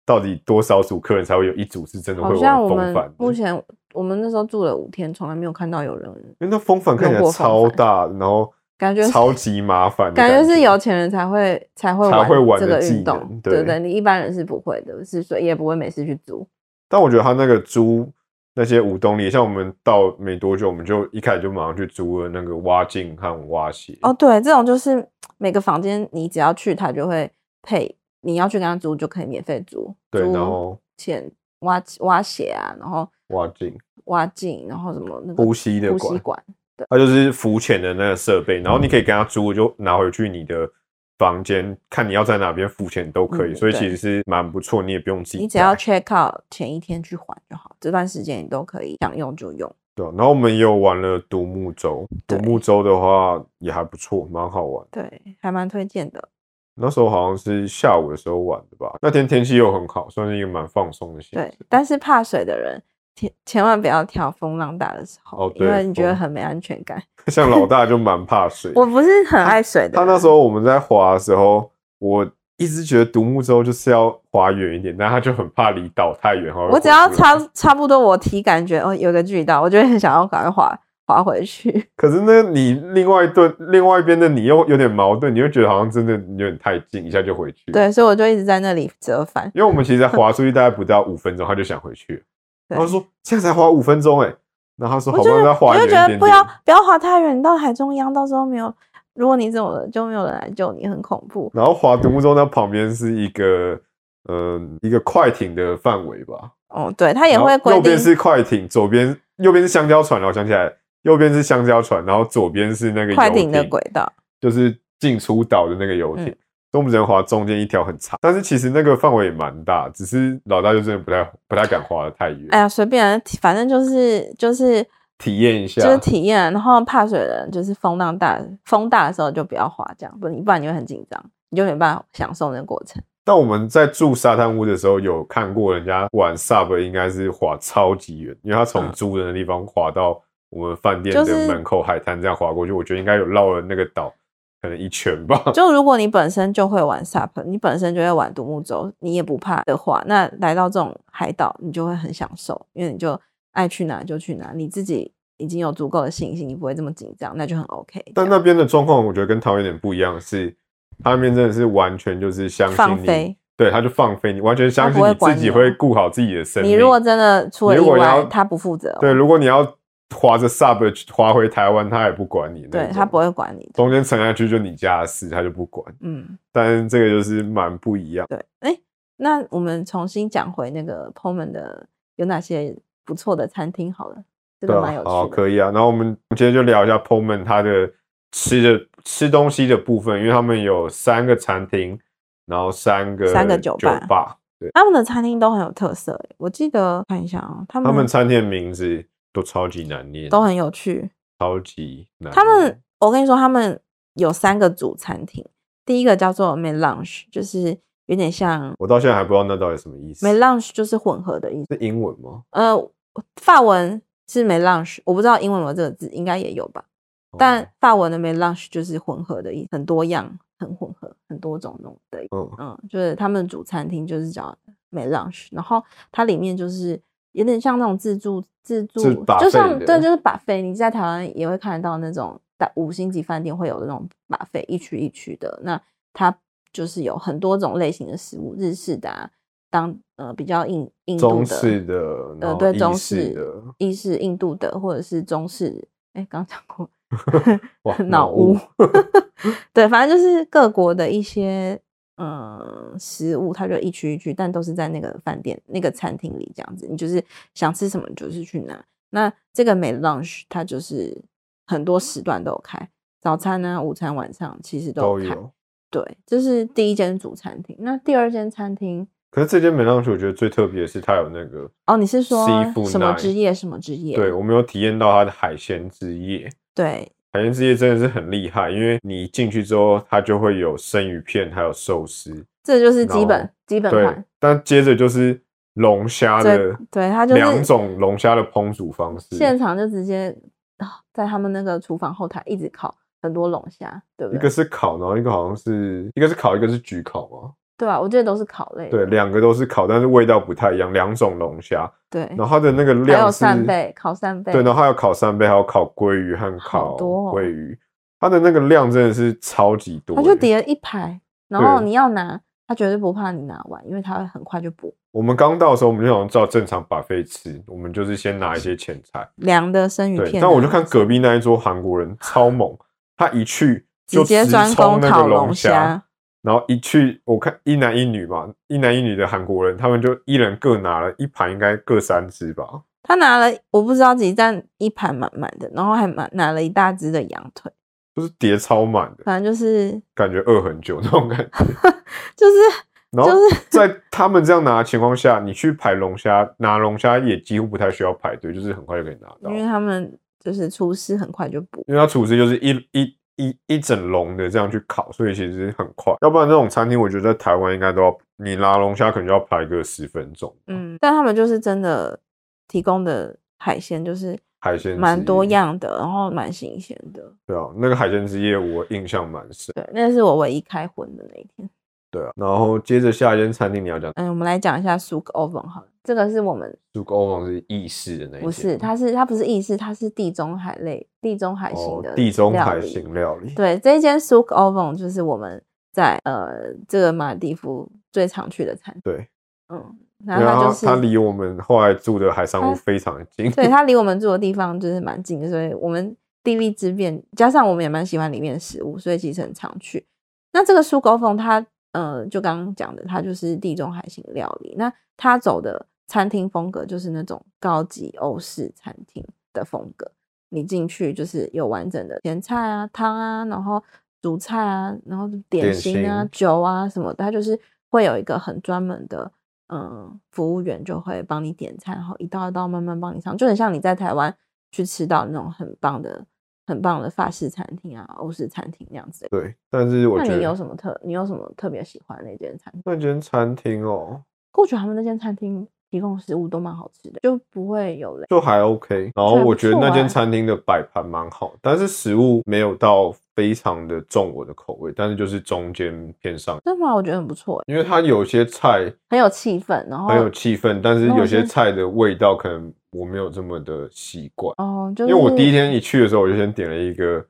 Speaker 1: 到底多少组客人才会有一组是真的
Speaker 2: 好
Speaker 1: 会
Speaker 2: 像
Speaker 1: 玩
Speaker 2: 我
Speaker 1: 风
Speaker 2: 们
Speaker 1: 帆的，
Speaker 2: 目前我们那时候住了五天，从来没有看到有人，
Speaker 1: 因为那风帆看起
Speaker 2: 用
Speaker 1: 来
Speaker 2: 过风
Speaker 1: 超
Speaker 2: 帆
Speaker 1: 大，然后
Speaker 2: 感觉是
Speaker 1: 超级麻烦的
Speaker 2: 感觉
Speaker 1: 觉
Speaker 2: 是有钱人才会才会
Speaker 1: 才会玩
Speaker 2: 这
Speaker 1: 的
Speaker 2: 个
Speaker 1: 技
Speaker 2: 运动
Speaker 1: 能，
Speaker 2: 对
Speaker 1: 对
Speaker 2: 不对？你一般人是不会的，是所以也不会每次去租。
Speaker 1: 但我觉得他那个租那些无动力，像我们到没多久，我们就一开始就马上去租了那个蛙镜和蛙鞋。
Speaker 2: 哦，对，这种就是每个房间你只要去，他就会配，你要去跟他租就可以免费租，
Speaker 1: 对，
Speaker 2: 租
Speaker 1: 然后
Speaker 2: 浅挖挖鞋啊，然后
Speaker 1: 蛙镜、
Speaker 2: 挖镜，然后什么那个
Speaker 1: 呼吸的
Speaker 2: 呼
Speaker 1: 管
Speaker 2: 吸，管，
Speaker 1: 它就是浮潜的那个设备，然后你可以跟他租，就拿回去你的房间，看你要在哪边浮潜都可以，
Speaker 2: 嗯
Speaker 1: 所以
Speaker 2: 对
Speaker 1: 其实是蛮不错，你也不用自己带。
Speaker 2: 你只要 check out 前一天去还就好，这段时间你都可以想用就用。
Speaker 1: 对啊，然后我们也有玩了独木舟，独
Speaker 2: 对
Speaker 1: 木舟的话也还不错，蛮好玩。
Speaker 2: 对，还蛮推荐的。
Speaker 1: 那时候好像是下午的时候玩的吧，那天天气又很好，算是一个蛮放松的行程
Speaker 2: 对。，但是怕水的人，千千万不要挑风浪大的时候，
Speaker 1: 哦
Speaker 2: 因
Speaker 1: 对
Speaker 2: 为你觉得
Speaker 1: 风
Speaker 2: 很没安全感。
Speaker 1: (laughs) 像老大
Speaker 2: (laughs)
Speaker 1: 就蛮怕水，
Speaker 2: 我不是很爱水的
Speaker 1: 他
Speaker 2: 人，
Speaker 1: 那时候我们在滑的时候，我一直觉得独木舟就是要滑远一点，但他就很怕离岛太远。他会
Speaker 2: 我只
Speaker 1: 滑
Speaker 2: 要
Speaker 1: 不了
Speaker 2: 差差不多，我体感觉哦有个距离到，我就会很想要赶快滑滑回去。
Speaker 1: 可是呢，你另外一顿另外一边的你又有点矛盾，你又觉得好像真的有点太近，一下就回去。，
Speaker 2: 对，所以我就一直在那里折返。
Speaker 1: 因为我们其实才滑出去大概不到五分钟，他就想回去了。
Speaker 2: (laughs) 对
Speaker 1: 然后说现在才滑五分钟哎、然后他说
Speaker 2: 我
Speaker 1: 好
Speaker 2: 就
Speaker 1: 吧，
Speaker 2: 是
Speaker 1: 那滑
Speaker 2: 我
Speaker 1: 远
Speaker 2: 就
Speaker 1: 一
Speaker 2: 觉得
Speaker 1: 点
Speaker 2: 不要
Speaker 1: 点。
Speaker 2: 不要滑太远，你到海中央，到时候没有，如果你走了就没有人来救你，很恐怖。
Speaker 1: 然后滑独木舟，那旁边是一个嗯、一个快艇的范围吧，
Speaker 2: 哦，对他也
Speaker 1: 然后
Speaker 2: 会规
Speaker 1: 右
Speaker 2: 定
Speaker 1: 边，是快艇，左边右边是香蕉船，然后想起来，右边是香蕉船，然后左边是那个
Speaker 2: 快
Speaker 1: 游
Speaker 2: 艇的轨道，
Speaker 1: 就是进出岛的那个游艇。
Speaker 2: 嗯
Speaker 1: 所以我们只能划中间一条很长，但是其实那个范围也蛮大，只是老大就真的不太不太敢划得太远。
Speaker 2: 哎呀，随便，反正就是就是
Speaker 1: 体验一下，
Speaker 2: 就是体验，然后怕水的人就是风浪大，风大的时候就不要滑，这样不然不然你会很紧张，你就没办法享受那个过程。
Speaker 1: 但我们在住沙滩屋的时候，有看过人家玩 sub，应该是划超级远，因为他从
Speaker 2: 嗯
Speaker 1: 租人的地方划到我们饭店
Speaker 2: 就
Speaker 1: 的
Speaker 2: 是
Speaker 1: 门口海滩这样划过去，我觉得应该有绕了那个岛可能一圈吧。 (laughs)
Speaker 2: 就如果你本身就会玩 SUP，你本身就会玩独木舟，你也不怕的话，那来到这种海岛，你就会很享受，因为你就爱去哪就去哪，你自己已经有足够的信心，你不会这么紧张，那就很 OK 这
Speaker 1: 但
Speaker 2: 样。
Speaker 1: 那边的状况，我觉得跟台湾有点不一样的是，他那边真的是完全就是相信
Speaker 2: 放
Speaker 1: 你，
Speaker 2: 飞
Speaker 1: 对，他就放飞你，完全相信
Speaker 2: 他
Speaker 1: 你
Speaker 2: 不会
Speaker 1: 自己
Speaker 2: 管你
Speaker 1: 会
Speaker 2: 啊
Speaker 1: 顾好自己的生命。
Speaker 2: 你如果真的出了
Speaker 1: 你
Speaker 2: 意
Speaker 1: 如果要
Speaker 2: 外，他不负责哦，
Speaker 1: 对，如果你要划着 sub 去划回台湾，他也不管你那种，
Speaker 2: 对他不会管你的。
Speaker 1: 中间沉下去就你家的事，他就不管。
Speaker 2: 嗯，
Speaker 1: 但是这个就是蛮不一样。
Speaker 2: 对。哎，那我们重新讲回那个 Pullman 的有哪些不错的餐厅好了，这
Speaker 1: 对
Speaker 2: 个
Speaker 1: 啊
Speaker 2: 蛮有
Speaker 1: 好，
Speaker 2: 趣的。
Speaker 1: 可以啊。然后我们今天就聊一下 Pullman 他的吃的吃东西的部分，因为他们有三个餐厅，然后三个
Speaker 2: 三个酒
Speaker 1: 酒
Speaker 2: 吧
Speaker 1: 吧。对，
Speaker 2: 他们的餐厅都很有特色诶，我记得看一下啊、他
Speaker 1: 他
Speaker 2: 们
Speaker 1: 们餐厅的名字都超级难念，
Speaker 2: 都很有趣。
Speaker 1: 超级难念。
Speaker 2: 他们，我跟你说，他们有三个主餐厅，第一个叫做 Mid Lunch，就是有点像
Speaker 1: 我到现在还不知道那到底什么意思。
Speaker 2: Mid Lunch 就是混合的意思。
Speaker 1: 是英文吗？
Speaker 2: 呃，法文是 Mid Lunch，我不知道英文有没有这个字，应该也有吧。
Speaker 1: 哦
Speaker 2: 但法文的 Mid Lunch 就是混合的意思，很多样，很混合，很多种弄的意思。
Speaker 1: 哦，嗯，
Speaker 2: 嗯，就是他们主餐厅就是叫 Mid Lunch，然后它里面就是。有点像那种自助自
Speaker 1: 是
Speaker 2: 助，
Speaker 1: buffet
Speaker 2: 就像
Speaker 1: 的
Speaker 2: 对，就是把费，你在台湾也会看得到那种大五星级饭店会有的那种把费，一区一区的。那它就是有很多种类型的食物，日式的、啊，当呃比较印印度
Speaker 1: 中
Speaker 2: 的，
Speaker 1: 式的，然
Speaker 2: 呃
Speaker 1: 后
Speaker 2: 对
Speaker 1: 意
Speaker 2: 中
Speaker 1: 式
Speaker 2: 式
Speaker 1: 的，
Speaker 2: 意式、印度的，或者是中式，哎，刚讲过 (laughs)
Speaker 1: 哇
Speaker 2: 脑
Speaker 1: (laughs)
Speaker 2: 雾，对，反正就是各国的一些嗯食物，它就一区一区，但都是在那个饭店、那个餐厅里这样子。你就是想吃什么，你就是去拿。那这个美 lunch 它啊就是很多时段都有开，早餐呢、午餐、晚上其实都
Speaker 1: 都
Speaker 2: 有开。
Speaker 1: 有。
Speaker 2: 对，这是第一间主餐厅。那第二间餐厅，
Speaker 1: 可是这间美上去，我觉得最特别的是它有那个，
Speaker 2: 哦，你是说
Speaker 1: Seafood
Speaker 2: 什么
Speaker 1: night
Speaker 2: 之夜？什么之夜？
Speaker 1: 对我没有体验到它的海鲜之夜。
Speaker 2: 对
Speaker 1: 海鲜之夜真的是很厉害，因为你进去之后，它就会有生鱼片，还有寿司，
Speaker 2: 这就是基
Speaker 1: 然后
Speaker 2: 本基本
Speaker 1: 对
Speaker 2: 款。，
Speaker 1: 但接着就是龙虾的
Speaker 2: 这，对它就是
Speaker 1: 两种龙虾的烹煮方式，
Speaker 2: 现场就直接啊在他们那个厨房后台一直烤很多龙虾，对不
Speaker 1: 一个
Speaker 2: 对？
Speaker 1: 是烤，然后一个好像是一个是烤，一个是焗烤嘛，
Speaker 2: 对啊，我记得都是烤类的。
Speaker 1: 对，两个都是烤，但是味道不太一样，两种龙虾，
Speaker 2: 对，
Speaker 1: 然后它的那个
Speaker 2: 哎还有
Speaker 1: 量是，
Speaker 2: 扇贝，烤扇贝。
Speaker 1: 对，然后还有烤扇贝，还有烤鲑鱼和烤
Speaker 2: 好多哦
Speaker 1: 鲑鱼，它的那个量真的是超级多，
Speaker 2: 它就。叠一排，然后
Speaker 1: 对
Speaker 2: 你要拿，它绝对不怕你拿完，因为它会很快就补。
Speaker 1: 我们刚到的时候，我们就想照正常把费吃，我们就是先拿一些前
Speaker 2: (laughs)
Speaker 1: 菜，
Speaker 2: 凉的生鱼
Speaker 1: 对。
Speaker 2: 片啊，
Speaker 1: 但我就看隔壁那一桌韩国人超猛，他一去就
Speaker 2: 直接专
Speaker 1: 冲
Speaker 2: 攻
Speaker 1: 那个
Speaker 2: 烤
Speaker 1: 龙
Speaker 2: 龙
Speaker 1: 虾，
Speaker 2: 虾，
Speaker 1: 然后一去，我看一男一女嘛，一男一女的韩国人，他们就一人各拿了一盘，应该各三只吧。
Speaker 2: 他拿了我不知道几但一盘满满的，然后还满拿了一大只的羊腿，
Speaker 1: 就是叠超满的
Speaker 2: 反正就是
Speaker 1: 感觉，饿很久那种感
Speaker 2: (laughs)
Speaker 1: 觉。
Speaker 2: 就是
Speaker 1: 然后
Speaker 2: (laughs)
Speaker 1: 在他们这样拿的情况下，你去排龙虾，拿龙虾也几乎不太需要排队，就是很快就可以拿到
Speaker 2: 因，为他们就是厨师很快就补。
Speaker 1: 因为它厨师就是一一一一整笼的这样去烤，所以其实很快。要不然那种餐厅，我觉得在台湾应该都要，你拿龙虾可能就要排个十分钟。，
Speaker 2: 嗯，但他们就是真的提供的海鲜就是
Speaker 1: 海鲜
Speaker 2: 蛮
Speaker 1: 之
Speaker 2: 多
Speaker 1: 夜
Speaker 2: 样的，然后蛮新鲜的。
Speaker 1: 对啊，那个海鲜之夜我印象蛮深。
Speaker 2: 对，那是我唯一开荤的那一天。
Speaker 1: 对啊，然后接着下一间餐厅你要讲
Speaker 2: 嗯，我们来讲一下 Souk Oven 好了，这个是我们
Speaker 1: s u k o n 是意式的那一间，
Speaker 2: 不是，它是它不是意式，它是地中海类、地中海型
Speaker 1: 哦
Speaker 2: 的、
Speaker 1: 地中海。型料理，
Speaker 2: 对，这一间 Souk Oven 就是我们在呃这个马尔蒂夫最常去的餐厅。
Speaker 1: 对，
Speaker 2: 嗯，然
Speaker 1: 然
Speaker 2: 后
Speaker 1: 后
Speaker 2: 它
Speaker 1: 它
Speaker 2: 就是
Speaker 1: 它离我们后来住的海上屋非常近，
Speaker 2: 对，它离我们住的地方就是蛮近的，所以我们地利之便，加上我们也蛮喜欢里面的食物，所以其实很常去。那这个苏狗凤它，呃，就刚刚讲的，它就是地中海型料理。那它走的餐厅风格就是那种高级欧式餐厅的风格，你进去就是有完整的前菜啊、汤啊，然后主菜啊，然后点
Speaker 1: 点
Speaker 2: 心啊
Speaker 1: 心、
Speaker 2: 酒啊什么的，它就是会有一个很专门的嗯，服务员就会帮你点餐，然后一道一道慢慢帮你上，就很像你在台湾去吃到那种很棒的、很棒的法式餐厅啊、欧式餐厅那样子。
Speaker 1: 对，但是我
Speaker 2: 那
Speaker 1: 觉
Speaker 2: 你有
Speaker 1: 得
Speaker 2: 什么特？你有什么特别喜欢的一间餐厅？
Speaker 1: 那间餐厅哦
Speaker 2: 我觉得他们那间餐厅提供的食物都蛮好吃的，就不会有累。
Speaker 1: 就还 OK，然后
Speaker 2: 还不
Speaker 1: 我觉得
Speaker 2: 错
Speaker 1: 那间
Speaker 2: 啊
Speaker 1: 餐厅的摆盘蛮好，但是食物没有到非常的重我的口味，但是就是中间偏上，
Speaker 2: 真的吗？我觉得很不错欸，
Speaker 1: 因为它有些菜
Speaker 2: 很有气氛，然后
Speaker 1: 很有气氛，但是
Speaker 2: 哦那我
Speaker 1: 有些
Speaker 2: 先
Speaker 1: 菜的味道可能我没有这么的习惯。
Speaker 2: 哦，就
Speaker 1: 因
Speaker 2: 是
Speaker 1: 为我第一天一去的时候，我就先点了一个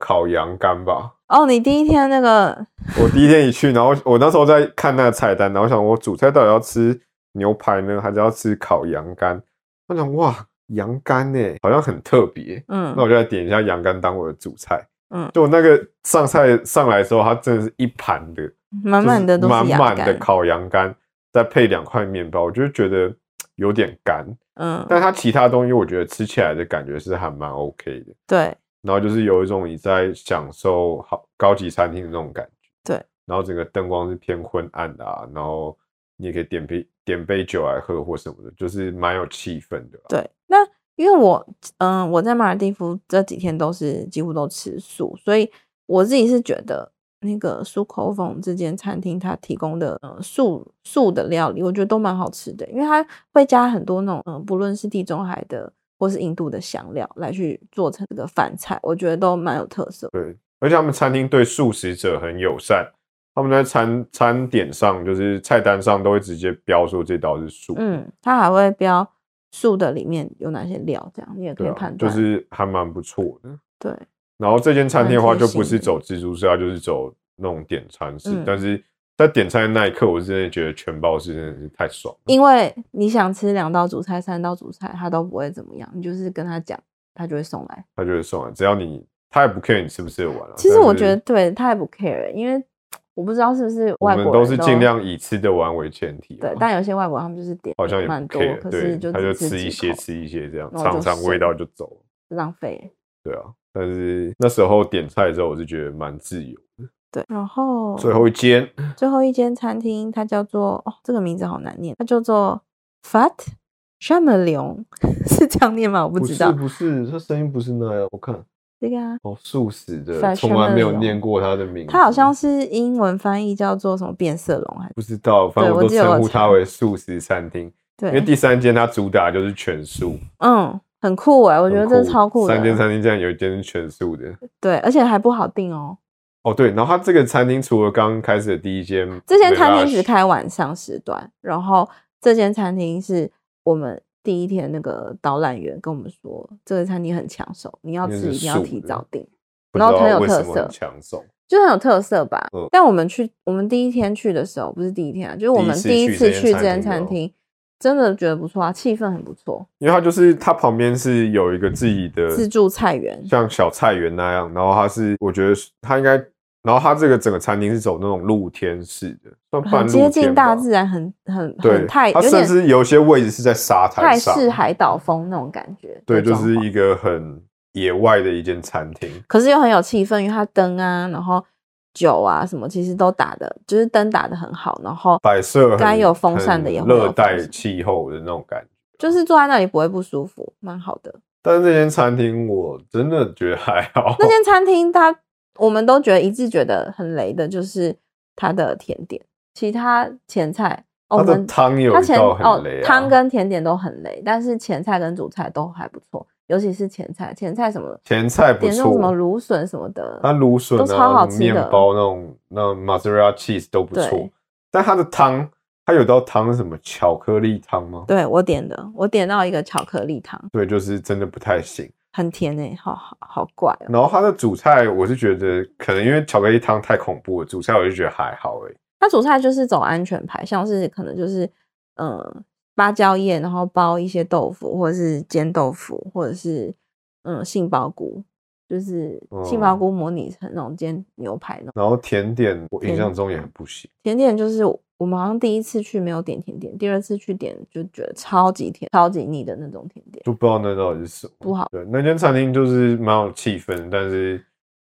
Speaker 1: 烤羊肝吧。
Speaker 2: 哦，你第一天那个
Speaker 1: 我第一天一去，然后我那时候在看那个菜单，然后想我主菜到底要吃牛排呢，还是要吃烤羊肝？我想哇，羊肝呢、好像很特别，
Speaker 2: 嗯
Speaker 1: 那我就来点一下羊肝当我的主菜。
Speaker 2: 嗯
Speaker 1: 就我那个上菜上来的时候，它真的是一盘的，
Speaker 2: 满满的都
Speaker 1: 就是
Speaker 2: 是
Speaker 1: 满
Speaker 2: 羊
Speaker 1: 满的
Speaker 2: 肝，
Speaker 1: 烤羊肝，再配两块面包，我就觉得有点干。
Speaker 2: 嗯，
Speaker 1: 但它其他东西，我觉得吃起来的感觉是还蛮 OK 的。
Speaker 2: 对
Speaker 1: 然后就是有一种你在享受好高级餐厅的那种感觉。
Speaker 2: 对，
Speaker 1: 然后整个灯光是偏昏暗的啊，然后你也可以点杯点杯酒来喝或什么的，就是蛮有气氛的啊、
Speaker 2: 对，那因为我嗯、我在马尔蒂夫这几天都是几乎都吃素，所以我自己是觉得那个苏口凤这间餐厅它提供的呃素素的料理，我觉得都蛮好吃的，因为它会加很多那种嗯、呃不论是地中海的或是印度的香料来去做成这个饭菜，我觉得都蛮有特色。
Speaker 1: 对，而且他们餐厅对素食者很友善，他们在餐餐点上就是菜单上都会直接标说这道是素。。
Speaker 2: 嗯，它还会标素的里面有哪些料，这样你也可
Speaker 1: 对
Speaker 2: 以
Speaker 1: 啊
Speaker 2: 判，
Speaker 1: 就
Speaker 2: 断。
Speaker 1: 是还蛮不错的。
Speaker 2: 对，
Speaker 1: 然后这间餐厅的话，
Speaker 2: 蛮
Speaker 1: 就
Speaker 2: 贴
Speaker 1: 不是
Speaker 2: 心的
Speaker 1: 走自助式，它就是走那种点餐式。
Speaker 2: 嗯
Speaker 1: 但是在点餐的那一刻，我是真的觉得全包式真的是太爽了。
Speaker 2: 因为你想吃两道主菜、三道主菜，他都不会怎么样，你就是跟他讲，他就会送来。
Speaker 1: 他就是送完，只要你他也不 care 你吃不吃得完啊。
Speaker 2: 其实
Speaker 1: 但
Speaker 2: 我
Speaker 1: 是
Speaker 2: 觉得对他也不 care，因欸为我不知道是不是
Speaker 1: 我
Speaker 2: 外
Speaker 1: 们
Speaker 2: 国人
Speaker 1: 都是尽量以吃得完为前提啊。
Speaker 2: 对，但有些外国人他们就是点
Speaker 1: 好像也不
Speaker 2: 蛮多
Speaker 1: care，，
Speaker 2: 可
Speaker 1: 对
Speaker 2: 是，就
Speaker 1: 他就
Speaker 2: 只
Speaker 1: 吃一
Speaker 2: 几
Speaker 1: 些
Speaker 2: 口
Speaker 1: 吃一些这样，
Speaker 2: 然后
Speaker 1: 尝
Speaker 2: 就
Speaker 1: 尝味
Speaker 2: 剩
Speaker 1: 道就走了。
Speaker 2: 浪费。欸
Speaker 1: 对啊，但是那时候点菜之后，我是觉得蛮自由。
Speaker 2: 对，然后
Speaker 1: 最后一间
Speaker 2: 最后一间餐厅，它叫做哦，这个名字好难念，它叫做 Fat s h a m e l i o n (laughs) 是这样念吗？我不知道
Speaker 1: 不是，他声音不是那样，我看
Speaker 2: 这个啊。
Speaker 1: 哦，素食的，
Speaker 2: Fashion
Speaker 1: 从来没有
Speaker 2: 那种
Speaker 1: 念过他的名字，
Speaker 2: 它好像是英文翻译叫做什么变色龙，还是
Speaker 1: 不知道，反正
Speaker 2: 对
Speaker 1: 都
Speaker 2: 我记得
Speaker 1: 称
Speaker 2: 我
Speaker 1: 呼它
Speaker 2: 查
Speaker 1: 为素食餐厅，因为
Speaker 2: 对，
Speaker 1: 第三间它主打就是全素，
Speaker 2: 嗯，很酷哎、我觉得
Speaker 1: 很
Speaker 2: 这超酷的
Speaker 1: 三，间餐厅竟然有一间是全素的，
Speaker 2: 对，而且还不好订哦。
Speaker 1: 哦对，然后它这个餐厅除了刚开始的第一间，
Speaker 2: 这间餐厅只，开晚上时段，然后这间餐厅是我们第一天那个导览员跟我们说，这个餐厅很抢手，你要
Speaker 1: 因为
Speaker 2: 吃
Speaker 1: 是
Speaker 2: 一定要
Speaker 1: 素
Speaker 2: 提
Speaker 1: 的
Speaker 2: 早订，
Speaker 1: 不知
Speaker 2: 然后很
Speaker 1: 道
Speaker 2: 有
Speaker 1: 为
Speaker 2: 特
Speaker 1: 什么
Speaker 2: 色
Speaker 1: 很抢手，
Speaker 2: 就很有特色吧。
Speaker 1: 嗯
Speaker 2: 但我们去，我们第一天去的时候，不是第一天啊，就是我们
Speaker 1: 第
Speaker 2: 第
Speaker 1: 一
Speaker 2: 一
Speaker 1: 次
Speaker 2: 次
Speaker 1: 去
Speaker 2: 去
Speaker 1: 这间餐厅哦
Speaker 2: 这间餐厅，真的觉得不错啊，气氛很不错，
Speaker 1: 因为它就是它旁边是有一个自己的
Speaker 2: 自助菜园，
Speaker 1: 像小菜园那样，然后它是我觉得是它应该，然后它这个整个餐厅是走那种露天式的，算半
Speaker 2: 很
Speaker 1: 露
Speaker 2: 接近
Speaker 1: 天
Speaker 2: 大
Speaker 1: 吧
Speaker 2: 自然，很很
Speaker 1: 对，
Speaker 2: 很泰，
Speaker 1: 它
Speaker 2: 有
Speaker 1: 甚
Speaker 2: 点
Speaker 1: 至有些位置是在沙
Speaker 2: 泰
Speaker 1: 滩上，
Speaker 2: 式海岛风那种感觉的
Speaker 1: 对，
Speaker 2: 装潢。
Speaker 1: 就是一个很野外的一间餐厅。
Speaker 2: 可是又很有气氛，因为它灯啊，然后酒啊什么，其实都打的，就是灯打的很好，然后
Speaker 1: 摆设很
Speaker 2: 该有风扇的也
Speaker 1: 很
Speaker 2: 会有
Speaker 1: 热带
Speaker 2: 风扇
Speaker 1: 气候的那种感觉。
Speaker 2: 就是坐在那里不会不舒服，蛮好的。
Speaker 1: 但是这间餐厅我真的觉得还好，
Speaker 2: 那间餐厅它我们都觉得一致觉得很雷的，就是它的甜点，其他前菜
Speaker 1: 它
Speaker 2: 哦，我
Speaker 1: 的
Speaker 2: 们
Speaker 1: 汤有
Speaker 2: 它
Speaker 1: 一
Speaker 2: 前
Speaker 1: 道
Speaker 2: 哦
Speaker 1: 很雷啊，
Speaker 2: 汤跟甜点都很雷，但是前菜跟主菜都还不错，尤其是前菜，前菜什么
Speaker 1: 前菜不
Speaker 2: 点那种什么
Speaker 1: 错，
Speaker 2: 芦笋什么的，
Speaker 1: 它芦笋啊、
Speaker 2: 都超好
Speaker 1: 什
Speaker 2: 吃
Speaker 1: 么
Speaker 2: 的
Speaker 1: 面包那种那种 mozzarella cheese 都不错
Speaker 2: 对，
Speaker 1: 但它的汤，它有道汤是什么巧克力汤吗？
Speaker 2: 对我点的，我点到一个巧克力糖，
Speaker 1: 对，就是真的不太行。
Speaker 2: 很甜诶、好好好怪哦。
Speaker 1: 然后它的主菜，我是觉得可能因为巧克力汤太恐怖了，主菜我就觉得还好哎、
Speaker 2: 它主菜就是走安全牌，像是可能就是嗯芭蕉叶，然后包一些豆腐，或者是煎豆腐，或者是嗯杏鲍菇，就是杏鲍
Speaker 1: 嗯
Speaker 2: 菇模拟成那种煎牛排那种
Speaker 1: 然后甜点我印
Speaker 2: 甜
Speaker 1: 象中也很不行，
Speaker 2: 甜点。就是我们好像第一次去没有点甜点，第二次去点就觉得超级甜、超级腻的那种甜点。
Speaker 1: 就不知道那到底是什么。
Speaker 2: 不好
Speaker 1: 对，那间餐厅就是蛮有气氛，但是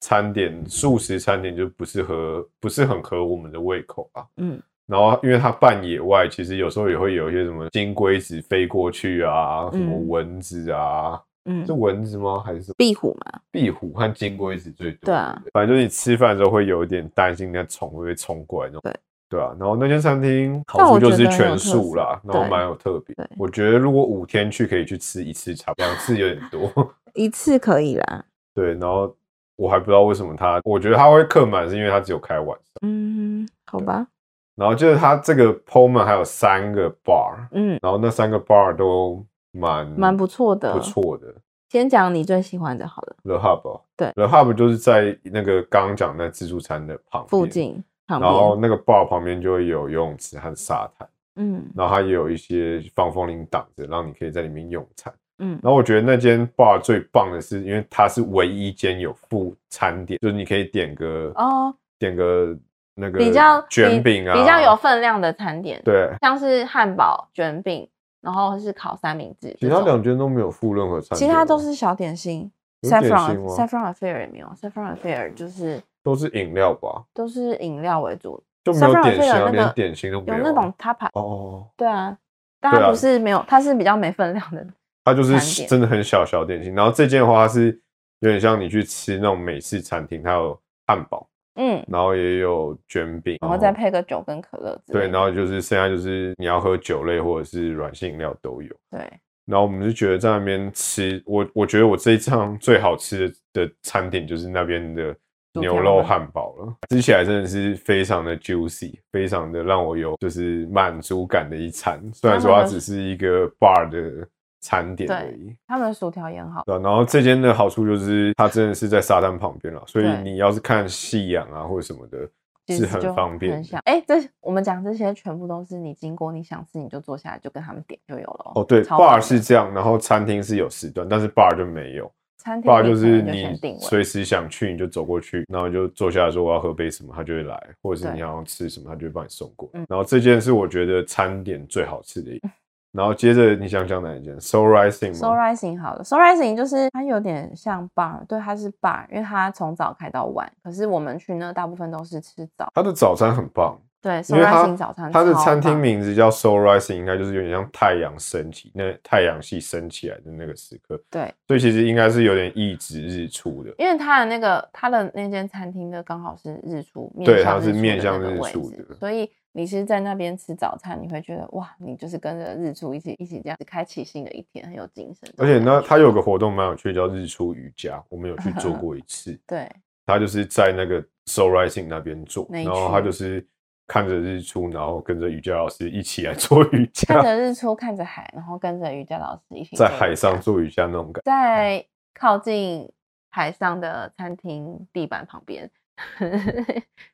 Speaker 1: 餐点素食餐点就不是合，不是很合我们的胃口啊。
Speaker 2: 嗯，
Speaker 1: 然后因为它半野外，其实有时候也会有一些什么金龟子飞过去啊，什么
Speaker 2: 嗯
Speaker 1: 蚊子啊，
Speaker 2: 嗯
Speaker 1: 是，蚊子吗？还是什么
Speaker 2: 壁虎嘛，
Speaker 1: 壁虎和金龟子最多。
Speaker 2: 对啊，
Speaker 1: 反正就是你吃饭的时候会有一点担心那虫会不会冲过来那种。
Speaker 2: 对，
Speaker 1: 对啊。然后那间餐厅
Speaker 2: 但
Speaker 1: 好处
Speaker 2: 我觉
Speaker 1: 就是
Speaker 2: 得很有
Speaker 1: 全
Speaker 2: 特
Speaker 1: 素
Speaker 2: 色
Speaker 1: 啦，然后
Speaker 2: 对
Speaker 1: 蛮有特别
Speaker 2: 对。
Speaker 1: 我觉得如果五天去可以去吃一次差不多，两次有点多。 (laughs)
Speaker 2: 一次可以啦。
Speaker 1: 对，然后我还不知道为什么它，我觉得它会客满是因为它只有开晚上。
Speaker 2: 嗯，好吧，
Speaker 1: 然后就是它这个 Pullman 还有三个 bar，
Speaker 2: 嗯，
Speaker 1: 然后那三个 bar 都蛮
Speaker 2: 蛮不错的。
Speaker 1: 嗯不错的。
Speaker 2: 先讲你最喜欢的好了，
Speaker 1: The Hub 哦
Speaker 2: 对
Speaker 1: ，The Hub 就是在那个刚刚讲的自助餐的旁边
Speaker 2: 附近旁
Speaker 1: 然后
Speaker 2: 边，
Speaker 1: 那个 bar 旁边就会有游泳池和沙滩，
Speaker 2: 嗯
Speaker 1: 然后它也有一些防风林挡着，让你可以在里面用餐。
Speaker 2: 嗯，
Speaker 1: 然后我觉得那间 bar 最棒的是，因为它是唯一间有附餐点，就是你可以点个
Speaker 2: 哦，
Speaker 1: 点个那个
Speaker 2: 比较
Speaker 1: 卷饼啊，
Speaker 2: 比比较有分量的餐点，，
Speaker 1: 对，
Speaker 2: 像是汉堡、卷饼，然后是烤三明治
Speaker 1: 其
Speaker 2: 这种，
Speaker 1: 他两间都没有附任何餐点啊，
Speaker 2: 其他都是小点心。
Speaker 1: 有点心吗
Speaker 2: saffron 啊 saffron affair 也没有，saffron affair 就是
Speaker 1: 都是饮料吧，
Speaker 2: 都是饮料为主，
Speaker 1: 就没有
Speaker 2: Saffron
Speaker 1: 点心
Speaker 2: affair
Speaker 1: 啊，
Speaker 2: 有那个
Speaker 1: 连点心都没
Speaker 2: 有
Speaker 1: 有
Speaker 2: 那
Speaker 1: 啊
Speaker 2: 种他牌，
Speaker 1: 哦哦，
Speaker 2: 对啊，但
Speaker 1: 对啊
Speaker 2: 它不是没有，它是比较没分量的，
Speaker 1: 它就是
Speaker 2: 餐点
Speaker 1: 真的很小小点心。然后这间的话，它是有点像你去吃那种美式餐厅，它有汉堡，
Speaker 2: 嗯，
Speaker 1: 然后也有卷饼，
Speaker 2: 然后再配个酒跟可乐之类的，
Speaker 1: 哦对，然后就是剩下就是你要喝酒类或者是软性饮料都有。
Speaker 2: 对，
Speaker 1: 然后我们就觉得在那边吃，我我觉得我这一趟最好吃的的餐点就是那边的
Speaker 2: 薯
Speaker 1: 牛
Speaker 2: 条
Speaker 1: 肉
Speaker 2: 吗
Speaker 1: 汉堡了，吃起来真的是非常的 juicy，非常的让我有就是满足感的一餐。虽然
Speaker 2: 他
Speaker 1: 说它
Speaker 2: 们
Speaker 1: 只是一个 bar 的餐点
Speaker 2: 对
Speaker 1: 而已。
Speaker 2: 他们的薯条也很好，
Speaker 1: 对啊、然后这间的好处就是它真的是在沙滩旁边了，所以
Speaker 2: 对
Speaker 1: 你要是看夕阳啊或者什么的，
Speaker 2: 其
Speaker 1: 是
Speaker 2: 实
Speaker 1: 很
Speaker 2: 就
Speaker 1: 方便
Speaker 2: 很
Speaker 1: 的
Speaker 2: 想哎，这我们讲这些全部都是你经过你想吃你就坐下来就跟他们点就有了
Speaker 1: 哦，对
Speaker 2: 超棒
Speaker 1: ，bar
Speaker 2: 的
Speaker 1: 是这样，然后餐厅是有时段，但是 bar 就没有
Speaker 2: 餐厅
Speaker 1: ，bar
Speaker 2: 你
Speaker 1: 就
Speaker 2: 可
Speaker 1: 是
Speaker 2: 能就
Speaker 1: 你
Speaker 2: 先定位，
Speaker 1: 随时想去你就走过去，然后你就坐下来说我要喝杯什么，他就会来，或者是
Speaker 2: 对
Speaker 1: 你想要吃什么，他就会帮你送过来
Speaker 2: 嗯。
Speaker 1: 然后这件是我觉得餐点最好吃的一个，然后接着你想讲哪一间？Soul Rising 吗
Speaker 2: Soul Rising 好了，Soul Rising 就是它有点像 bar，对，它是 bar，因为它从早开到晚。可是我们去呢，大部分都是吃早。
Speaker 1: 它的早餐很棒，
Speaker 2: 对
Speaker 1: 因
Speaker 2: ，Soul
Speaker 1: 为它
Speaker 2: Rising 早餐超棒，
Speaker 1: 它的餐厅名字叫 Soul Rising，应该就是有点像太阳升起，那太阳系升起来的那个时刻，
Speaker 2: 对，
Speaker 1: 所以其实应该是有点意指日出的。
Speaker 2: 因为它的那个它的那间餐厅的刚好是日出，面
Speaker 1: 对
Speaker 2: 向
Speaker 1: 它是
Speaker 2: 日出
Speaker 1: 面
Speaker 2: 的
Speaker 1: 向
Speaker 2: 那个
Speaker 1: 日
Speaker 2: 位
Speaker 1: 出
Speaker 2: 置
Speaker 1: 的
Speaker 2: 所以你是在那边吃早餐，你会觉得哇，你就是跟着日出一起一起这样子开启新的一天，很有精神。。
Speaker 1: 而且呢，它有个活动蛮有趣，叫日出瑜伽，我们有去做过一次 (laughs)
Speaker 2: 对
Speaker 1: 它就是在那个 Soul Rising 那边做，
Speaker 2: 那一
Speaker 1: 然后它
Speaker 2: 区
Speaker 1: 就是看着日出，然后跟着瑜伽老师一起来做瑜
Speaker 2: (laughs) 看
Speaker 1: 伽，
Speaker 2: 着日出，看着海，然后跟着瑜伽老师一起
Speaker 1: 在
Speaker 2: 做
Speaker 1: 海
Speaker 2: 瑜
Speaker 1: 上
Speaker 2: 伽
Speaker 1: 做瑜伽那种感觉。
Speaker 2: 在靠近海上的餐厅地板旁边， (laughs)
Speaker 1: 可
Speaker 2: 是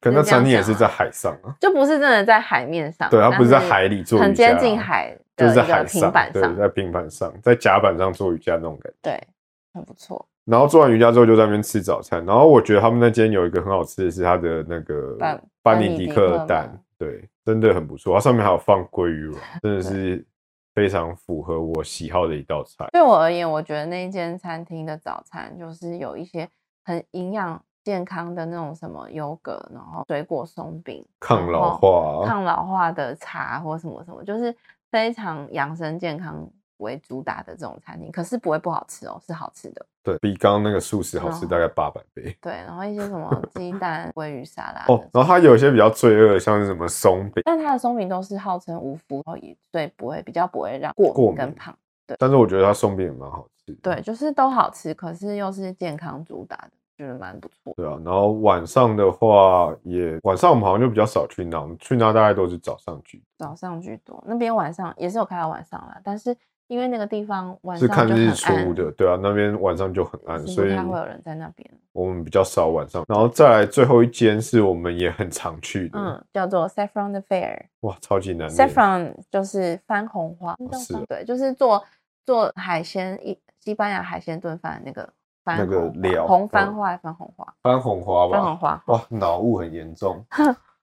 Speaker 1: 那
Speaker 2: 这样
Speaker 1: 餐厅也
Speaker 2: 想
Speaker 1: 是
Speaker 2: 啊
Speaker 1: 在海上啊，
Speaker 2: 就不是真的在海面上，
Speaker 1: 对，它
Speaker 2: 但
Speaker 1: 不是在海里做瑜伽啊，
Speaker 2: 很接近海
Speaker 1: 就
Speaker 2: 的
Speaker 1: 是
Speaker 2: 一
Speaker 1: 在
Speaker 2: 个
Speaker 1: 海
Speaker 2: 平板
Speaker 1: 对，在平板上，在甲板上做瑜伽那种感觉。
Speaker 2: 对，很不错，
Speaker 1: 然后做完瑜伽之后就在那边吃早餐，然后我觉得他们那间有一个很好吃的是它的那个
Speaker 2: 班
Speaker 1: 班
Speaker 2: 班
Speaker 1: 尼
Speaker 2: 尼
Speaker 1: 迪
Speaker 2: 迪
Speaker 1: 克
Speaker 2: 克
Speaker 1: 的
Speaker 2: 吗
Speaker 1: 蛋，对，真的很不错，它上面还有放鲑鱼卵，
Speaker 2: (laughs)
Speaker 1: 真的是非常符合我喜好的一道菜。
Speaker 2: 对我而言，我觉得那一间餐厅的早餐就是有一些很营养健康的那种什么优格，然后水果松饼，
Speaker 1: 抗
Speaker 2: 然
Speaker 1: 老
Speaker 2: 后
Speaker 1: 化啊，
Speaker 2: 抗老化的茶或什么什么，就是非常养生健康为主打的这种餐厅，可是不会不好吃哦，是好吃的。
Speaker 1: 对比刚刚那个素食好吃
Speaker 2: 哦
Speaker 1: 大概八百倍
Speaker 2: 对，然后一些什
Speaker 1: (laughs)
Speaker 2: 么鸡蛋鲑鱼沙拉
Speaker 1: 哦
Speaker 2: 的。
Speaker 1: 然后它有一些比较罪恶的，像是什么松饼，
Speaker 2: 但它的松饼都是号称无麸，然后也所以不会比较不会让过
Speaker 1: 过
Speaker 2: 敏跟
Speaker 1: 敏嗯
Speaker 2: 胖。
Speaker 1: 但是我觉得它松饼也蛮好吃的。
Speaker 2: 对，就是都好吃，可是又是健康主打的，觉得蛮不错的。
Speaker 1: 对啊，然后晚上的话也晚上我们好像就比较少去那，我们去那大概都是早上去，
Speaker 2: 早上居多，那边晚上也是有开到晚上啦，但是因为那个地方晚
Speaker 1: 是
Speaker 2: 上
Speaker 1: 看
Speaker 2: 就
Speaker 1: 日
Speaker 2: 很暗
Speaker 1: 出的，对啊，那边晚上就很暗，
Speaker 2: 是
Speaker 1: 所
Speaker 2: 不
Speaker 1: 以
Speaker 2: 太会有人在那边。
Speaker 1: 我们比较少晚上。然后再来最后一间是我们也很常去的，
Speaker 2: 嗯，叫做 Saffron the Fair。
Speaker 1: 哇，超级难念。
Speaker 2: Saffron 就是番红花，那叫
Speaker 1: 是
Speaker 2: 番
Speaker 1: 哦
Speaker 2: 对，就是做做海鲜一西班牙海鲜炖饭那个番
Speaker 1: 那个
Speaker 2: 红花
Speaker 1: 料
Speaker 2: 红番
Speaker 1: 嗯
Speaker 2: 花还是番红花？
Speaker 1: 番红花
Speaker 2: 番红
Speaker 1: 吧，
Speaker 2: 花，
Speaker 1: 哇，脑雾很严重。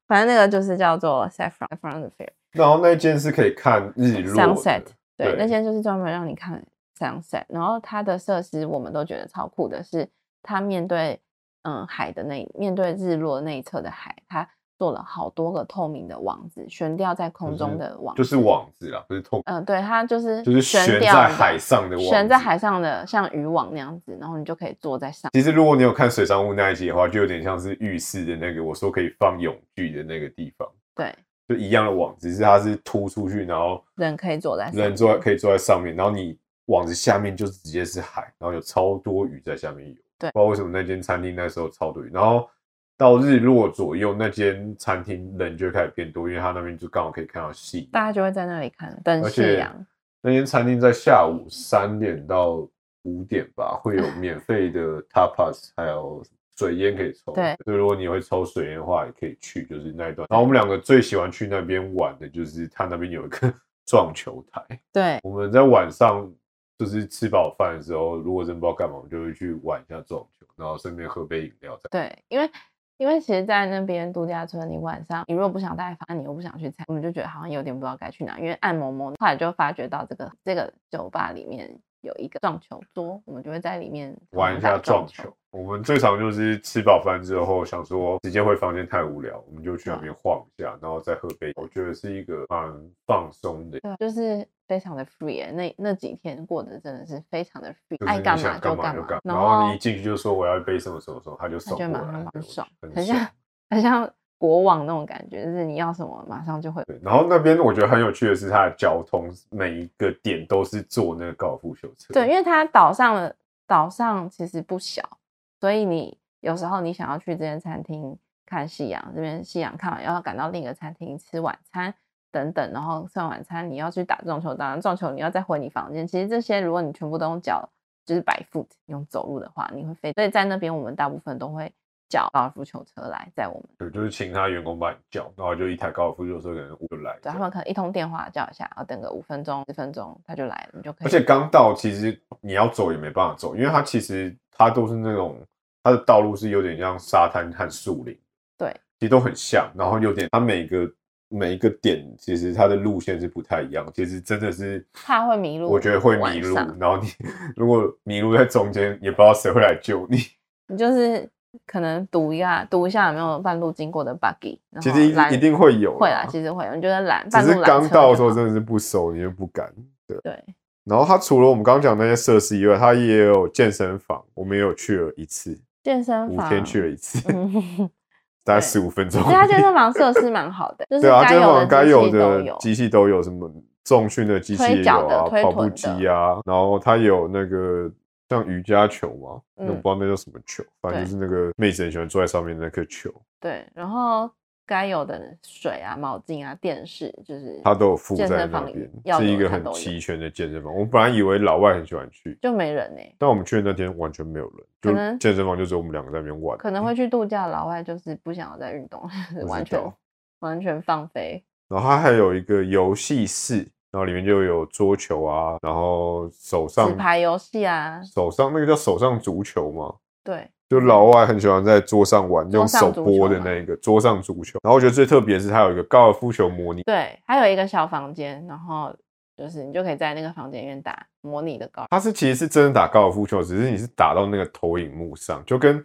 Speaker 2: 反正那个就是叫做 Saffron Saffron the Fair
Speaker 1: 然后那间是可以看日落的
Speaker 2: Sunset。对，
Speaker 1: 对
Speaker 2: 那些就是专门让你看 sunset，然后它的设施我们都觉得超酷的是，它面对嗯海的那一面对日落的那一侧的海，它做了好多个透明的网子，悬吊在
Speaker 1: 就
Speaker 2: 空
Speaker 1: 是
Speaker 2: 中的网
Speaker 1: 就
Speaker 2: 子，
Speaker 1: 是网子啦，不是透，
Speaker 2: 嗯、对，它就是
Speaker 1: 就是悬
Speaker 2: 吊
Speaker 1: 在
Speaker 2: 的
Speaker 1: 海上的网，
Speaker 2: 悬在。海上的像渔网那样子，然后你就可以坐在上。
Speaker 1: 其实如果你有看水上屋那一集的话，就有点像是浴室的那个，我说可以放泳具的那个地方。
Speaker 2: 对，
Speaker 1: 就一样的网，只是它是凸出去，然后
Speaker 2: 人可以坐在上面
Speaker 1: 人坐在可以坐在上面，然后你网子下面就直接是海，然后有超多鱼在下面游。
Speaker 2: 对
Speaker 1: 不知道为什么那间餐厅那时候超多鱼，然后到日落左右那间餐厅人就会开始变多，因为它那边就刚好可以看到戏。
Speaker 2: 大家就会在那里看等
Speaker 1: 而
Speaker 2: 夕
Speaker 1: 且
Speaker 2: 阳。
Speaker 1: 那间餐厅在下午三点到五点吧，会有免费的 tapas，还有水烟可以抽。
Speaker 2: 对，
Speaker 1: 所以如果你会抽水烟的话，也可以去，就是那一段。然后我们两个最喜欢去那边玩的就是它那边有一个 (laughs) 撞球台，
Speaker 2: 对，
Speaker 1: 我们在晚上就是吃饱饭的时候，如果真不知道干嘛，我们就会去玩一下撞球，然后顺便喝杯饮料这样。
Speaker 2: 对，因为因为其实，在那边度假村，你晚上你如果不想带房，你又不想去餐，我们就觉得好像有点不知道该去哪，因为暗蒙蒙。后来就发觉到这个这个酒吧里面有一个撞球桌，我们就会在里面
Speaker 1: 玩一
Speaker 2: 打
Speaker 1: 下撞球
Speaker 2: 球。，
Speaker 1: 我们最常就是吃饱饭之后，想说直接回房间太无聊，我们就去那边晃一下，然后再喝杯。我觉得是一个蛮放松的，
Speaker 2: 对，就是非常的 free 耶、那那几天过得真的是非常的free，
Speaker 1: 就是
Speaker 2: 爱
Speaker 1: 你
Speaker 2: 干嘛
Speaker 1: 想
Speaker 2: 就
Speaker 1: 干嘛
Speaker 2: 嘛，
Speaker 1: 干嘛。然
Speaker 2: 然
Speaker 1: 后你一进去就说我要一杯什么什么什么，他就
Speaker 2: 他
Speaker 1: 送
Speaker 2: 就
Speaker 1: 过
Speaker 2: 马
Speaker 1: 来对
Speaker 2: 上，帮你送，
Speaker 1: 我觉得
Speaker 2: 很
Speaker 1: 很
Speaker 2: 像
Speaker 1: 爽。
Speaker 2: 很像国网那种感觉，就是你要什么马上就会。
Speaker 1: 对，然后那边我觉得很有趣的是，它的交通每一个点都是坐那个高尔夫球车。
Speaker 2: 对，因为它岛上的岛上其实不小，所以你有时候你想要去这间餐厅看夕阳，这边夕阳看完，然后赶到另一个餐厅吃晚餐等等，然后吃完晚餐你要去打撞球，当然撞球你要再回你房间。其实这些如果你全部都用脚，就是摆 foot 用走路的话，你会飞。所以在那边我们大部分都会叫高尔夫球车来载我们，
Speaker 1: 对，就是请他员工帮你叫，然后就一台高尔夫球车可能五就来这
Speaker 2: 对
Speaker 1: 样。
Speaker 2: 他们可能一通电话叫一下，然后等个五分钟十分钟他就来了，你就可以。
Speaker 1: 而且刚到，其实你要走也没办法走，因为它其实它都是那种它的道路是有点像沙滩和树林，
Speaker 2: 对，
Speaker 1: 其实都很像，然后有点它每个每一个点其实它的路线是不太一样，其实真的是
Speaker 2: 怕会迷路
Speaker 1: 我觉得会迷路
Speaker 2: 晚上，
Speaker 1: 然后你如果迷路在中间，也不知道谁会来救你。
Speaker 2: 你就是可能读一下读一下有没有半路经过的 buggy，然后
Speaker 1: 其实一
Speaker 2: 拦
Speaker 1: 一定会有啦啊
Speaker 2: 会啦，其实会有，你觉得懒，
Speaker 1: 只
Speaker 2: 半
Speaker 1: 是
Speaker 2: 路拦
Speaker 1: 刚
Speaker 2: 车
Speaker 1: 到的
Speaker 2: 就
Speaker 1: 时候
Speaker 2: 好
Speaker 1: 真的是不熟，你就不敢。
Speaker 2: 对，
Speaker 1: 然后它除了我们刚刚讲的那些设施以外，它也有健身房，我们也有去了一次，
Speaker 2: 健身
Speaker 1: 五
Speaker 2: 房
Speaker 1: 天去了一次，
Speaker 2: (laughs) 嗯，
Speaker 1: (laughs) 大概
Speaker 2: 对
Speaker 1: 十五分钟。
Speaker 2: 其实他健身房设施蛮好
Speaker 1: (laughs)
Speaker 2: 的，就是
Speaker 1: 对啊，健身房
Speaker 2: 该
Speaker 1: 该
Speaker 2: 有
Speaker 1: 有
Speaker 2: 的
Speaker 1: 的
Speaker 2: 机器都有。
Speaker 1: 机器都有，什么重训的机器也
Speaker 2: 推
Speaker 1: 有
Speaker 2: 脚的
Speaker 1: 啊，
Speaker 2: 推
Speaker 1: 跑
Speaker 2: 臀
Speaker 1: 步
Speaker 2: 的
Speaker 1: 机啊，然后它有那个像瑜伽球嘛，那我不知
Speaker 2: 嗯
Speaker 1: 道那叫什么球，反正
Speaker 2: 对
Speaker 1: 就是那个妹子很喜欢坐在上面的那颗球，
Speaker 2: 对，然后该有的水啊、毛巾啊、电视，就是
Speaker 1: 它都有附
Speaker 2: 健
Speaker 1: 在
Speaker 2: 身
Speaker 1: 那
Speaker 2: 房
Speaker 1: 边
Speaker 2: 里要，
Speaker 1: 是
Speaker 2: 有
Speaker 1: 一
Speaker 2: 的
Speaker 1: 个
Speaker 2: 它
Speaker 1: 很
Speaker 2: 都有
Speaker 1: 齐全的健身房。我本来以为老外很喜欢去，
Speaker 2: 就没人欸呢、
Speaker 1: 但我们去的那天完全没有
Speaker 2: 可
Speaker 1: 人，就
Speaker 2: 能
Speaker 1: 健身房就只有我们两个在那边玩，
Speaker 2: 可能会去度假，老外就是不想要再运动，
Speaker 1: 嗯
Speaker 2: (laughs)
Speaker 1: 知
Speaker 2: 完全
Speaker 1: 道
Speaker 2: 完全放飞。
Speaker 1: 然后它还有一个游戏室，然后里面就有桌球啊，然后手
Speaker 2: 纸
Speaker 1: 上
Speaker 2: 牌游戏啊，
Speaker 1: 手上那个叫手上足球嘛，
Speaker 2: 对，
Speaker 1: 就老外很喜欢在桌上玩，
Speaker 2: 桌
Speaker 1: 用
Speaker 2: 上
Speaker 1: 手拨的那一个桌上足球。然后我觉得最特别的是它有一个高尔夫球模拟，
Speaker 2: 对，还有一个小房间，然后就是你就可以在那个房间里面打模拟的高尔
Speaker 1: 它是其实是真的打高尔夫球，只是你是打到那个投影幕上，就跟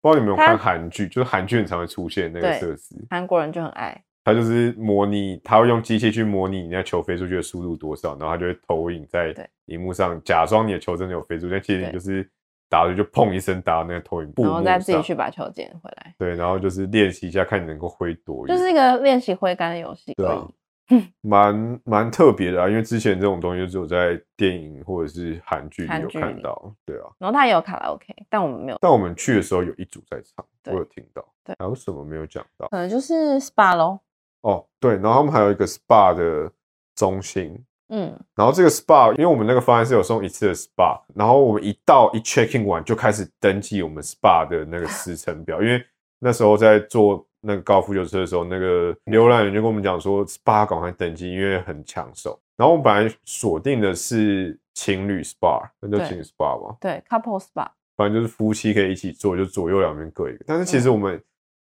Speaker 1: 不知道你们有没有看
Speaker 2: 它
Speaker 1: 韩剧，就是韩剧很常会出现那个
Speaker 2: 对
Speaker 1: 设施，
Speaker 2: 韩国人就很爱，
Speaker 1: 它就是模拟，它会用机器去模拟你那球飞出去的速度多少，然后它就会投影在
Speaker 2: 对
Speaker 1: 荧幕上，假装你的球真的有飞出去，但其实你
Speaker 2: 对
Speaker 1: 就是打了就砰一声打到那个投影布
Speaker 2: 然
Speaker 1: 幕上，
Speaker 2: 后再自己去把球捡回来，
Speaker 1: 对，然后就是练习一下，看你能够挥多远，
Speaker 2: 就是一个练习挥杆的游戏
Speaker 1: 对
Speaker 2: 而
Speaker 1: 啊
Speaker 2: 已。
Speaker 1: 蛮蛮特别的啊，因为之前这种东西就只有在电影或者是韩剧里
Speaker 2: 韩
Speaker 1: 有
Speaker 2: 剧
Speaker 1: 看
Speaker 2: 里
Speaker 1: 到，对啊。
Speaker 2: 然后它也有卡拉 OK，但我们没有，
Speaker 1: 但我们去的时候有一组在唱，我
Speaker 2: 对
Speaker 1: 有听到。
Speaker 2: 对
Speaker 1: 还有什么没有讲到？
Speaker 2: 可能就是 SPA 咯。
Speaker 1: 哦，对，然后他们还有一个 SPA 的中心，
Speaker 2: 嗯，
Speaker 1: 然后这个 SPA，因为我们那个方案是有送一次的 SPA，然后我们一到一 check in 完就开始登记我们 SPA 的那个时程表，因为那时候在做那个高尔夫球车的时候，那个浏览员就跟我们讲说 SPA 赶快登记，因为很抢手。然后我们本来锁定的是情侣 SPA，那就
Speaker 2: 对
Speaker 1: 情侣 SPA 吧，
Speaker 2: 对，couple SPA，
Speaker 1: 反正就是夫妻可以一起做，就左右两边各一个。但是其实我们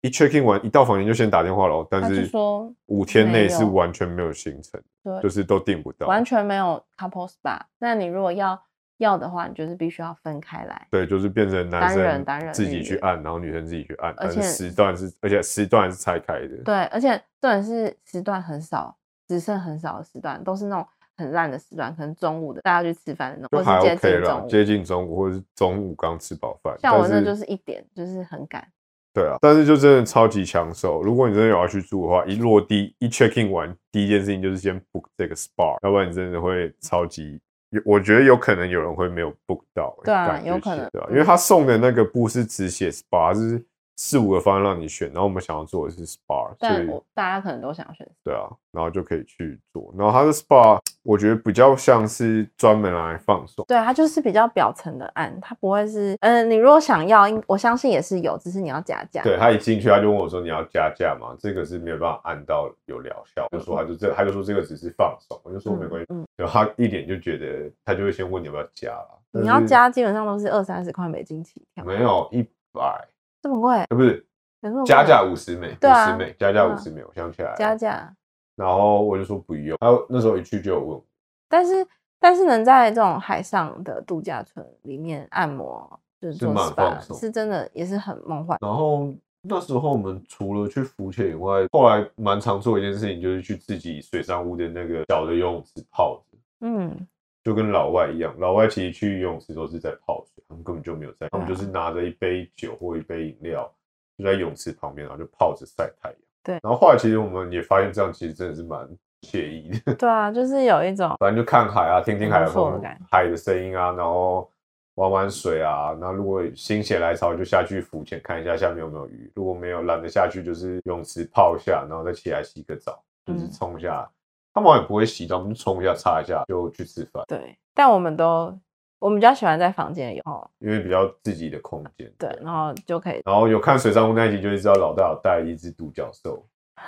Speaker 1: 一 check in 完一到房间就先打电话喽，但
Speaker 2: 嗯他就是说
Speaker 1: 五天内
Speaker 2: 没
Speaker 1: 是
Speaker 2: 有
Speaker 1: 完全没有行程，
Speaker 2: 对，
Speaker 1: 就是都订不到，
Speaker 2: 完全没有 couple SPA。那你如果要要的话，你就是必须要分开来，
Speaker 1: 对，就是变成男
Speaker 2: 单人
Speaker 1: 生
Speaker 2: 单人
Speaker 1: 自
Speaker 2: 预
Speaker 1: 己
Speaker 2: 约
Speaker 1: 去按，然后女生自己去按，
Speaker 2: 而
Speaker 1: 但是
Speaker 2: 且
Speaker 1: 时段是，而且时段是拆开的。
Speaker 2: 对，而且重点是时段很少，只剩很少的时段，都是那种很烂的时段，可能中午的大家去吃饭的那
Speaker 1: 就
Speaker 2: 种，
Speaker 1: 还
Speaker 2: 或是接
Speaker 1: OK
Speaker 2: 近
Speaker 1: 啦
Speaker 2: 中，午。
Speaker 1: 接近中午或者是中午刚吃饱饭。
Speaker 2: 像我
Speaker 1: 但
Speaker 2: 那就是一点，就是很赶。
Speaker 1: 对啊，但是就真的超级抢手。如果你真的有要去住的话，一落地一 check in 完，第一件事情就是先 book 这个 SPA，要不然你真的会超级，有我觉得有可能有人会没有 book 到、欸
Speaker 2: 对啊
Speaker 1: 感觉
Speaker 2: 有
Speaker 1: 起来
Speaker 2: 可能
Speaker 1: 对啊，
Speaker 2: 嗯
Speaker 1: 因为他送的那个不是只写 SPA，是四五个方案让你选，然后我们想要做的是 SPA，所
Speaker 2: 但
Speaker 1: 以
Speaker 2: 我大家可能都想选，
Speaker 1: 对啊，然后就可以去做。然后它的 SPA，我觉得比较像是专门拿来放松。
Speaker 2: 对，它就是比较表层的按，它不会是，嗯、你如果想要，应我相信也是有，只是你要加价。
Speaker 1: 对他一进去，他就问我说：“你要加价吗？”这个是没有办法按到有疗效。我就说：“他就这，他就说这个只是放松。”我就说：“
Speaker 2: 嗯
Speaker 1: 没关系。
Speaker 2: 嗯，”
Speaker 1: 然后他一脸就觉得，他就会先问你要不要加啦。
Speaker 2: 你
Speaker 1: 但
Speaker 2: 要
Speaker 1: 是
Speaker 2: 加基本上都是二三十块美金起跳，
Speaker 1: 没有一百，
Speaker 2: 这么贵，
Speaker 1: 呃，不是
Speaker 2: 有这么贵
Speaker 1: 加价五十美，
Speaker 2: 啊对
Speaker 1: 五
Speaker 2: 啊
Speaker 1: 十美，加价五
Speaker 2: 对啊
Speaker 1: 十美，我想起来了。
Speaker 2: 加价，
Speaker 1: 然后我就说不用。他那时候一去就有问我，
Speaker 2: 但是但是能在这种海上的度假村里面按摩，就是
Speaker 1: 是
Speaker 2: 做
Speaker 1: 蛮
Speaker 2: SPA，
Speaker 1: 放松
Speaker 2: 是真的也是很梦幻。
Speaker 1: 然后那时候我们除了去浮潜以外，后来蛮常做一件事情，就是去自己水上屋的那个小的游泳池泡着， (laughs)
Speaker 2: 嗯，
Speaker 1: 就跟老外一样。老外其实去游泳池都是在泡水，他们根本就没有在，他们
Speaker 2: 对
Speaker 1: 就
Speaker 2: 啊
Speaker 1: 是拿着一杯酒或一杯饮料，就在泳池旁边，然后就泡着晒太阳。
Speaker 2: 对
Speaker 1: 然后后来其实我们也发现，这样其实真的是蛮惬意的。
Speaker 2: 对啊，就是有一种
Speaker 1: 反正就看海啊，听听海的
Speaker 2: 很不错的
Speaker 1: 风
Speaker 2: 感觉、
Speaker 1: 海的声音啊，然后玩玩水啊。那如果心血来潮，就下去浮潜看一下下面有没有鱼。如果没有，懒得下去，就是泳池泡一下，然后再起来洗个澡，就是
Speaker 2: 嗯
Speaker 1: 冲一下。他们好像也不会洗澡，我们就冲一下、擦一下就去吃饭，
Speaker 2: 对，但我们都我们比较喜欢在房间里哦，
Speaker 1: 因为比较自己的空间。
Speaker 2: 对，然后就可以
Speaker 1: 然后有看水上屋那一集，就会知道老大有带一只独角
Speaker 2: (laughs)
Speaker 1: 兽，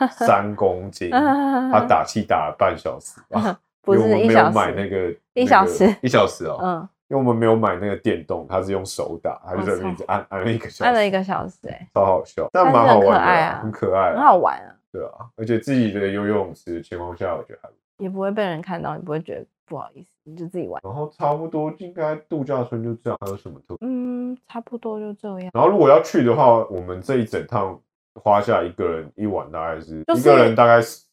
Speaker 1: 三公斤，他打气打了半小时吧，
Speaker 2: (laughs) 不
Speaker 1: 因为我
Speaker 2: 是
Speaker 1: 们
Speaker 2: 一
Speaker 1: 没有
Speaker 2: 小
Speaker 1: 买那
Speaker 2: 时，
Speaker 1: 个
Speaker 2: 一
Speaker 1: 那
Speaker 2: 小
Speaker 1: 个
Speaker 2: 时
Speaker 1: 一小时哦，
Speaker 2: (laughs) 嗯，
Speaker 1: 因为我们没有买那个电动，它是用手打，
Speaker 2: 哦
Speaker 1: 它就在那边
Speaker 2: 我操
Speaker 1: 一直按按了一个小时，
Speaker 2: 按了一个小时、欸，
Speaker 1: 超好笑，但
Speaker 2: 但是
Speaker 1: 蛮好
Speaker 2: 很可
Speaker 1: 玩的
Speaker 2: 爱
Speaker 1: 啊，
Speaker 2: 啊
Speaker 1: 很可爱啊，
Speaker 2: 很好玩啊。
Speaker 1: 对啊，而且自己的游泳池情况下，我觉得还不错。
Speaker 2: 也不会被人看到，你不会觉得不好意思，你就自己玩。
Speaker 1: 然后差不多应该度假村就这样，还有什么特？
Speaker 2: 嗯，差不多就这样。
Speaker 1: 然后如果要去的话，我们这一整趟花下一个人一晚大概是、
Speaker 2: 就是
Speaker 1: 一个人大概是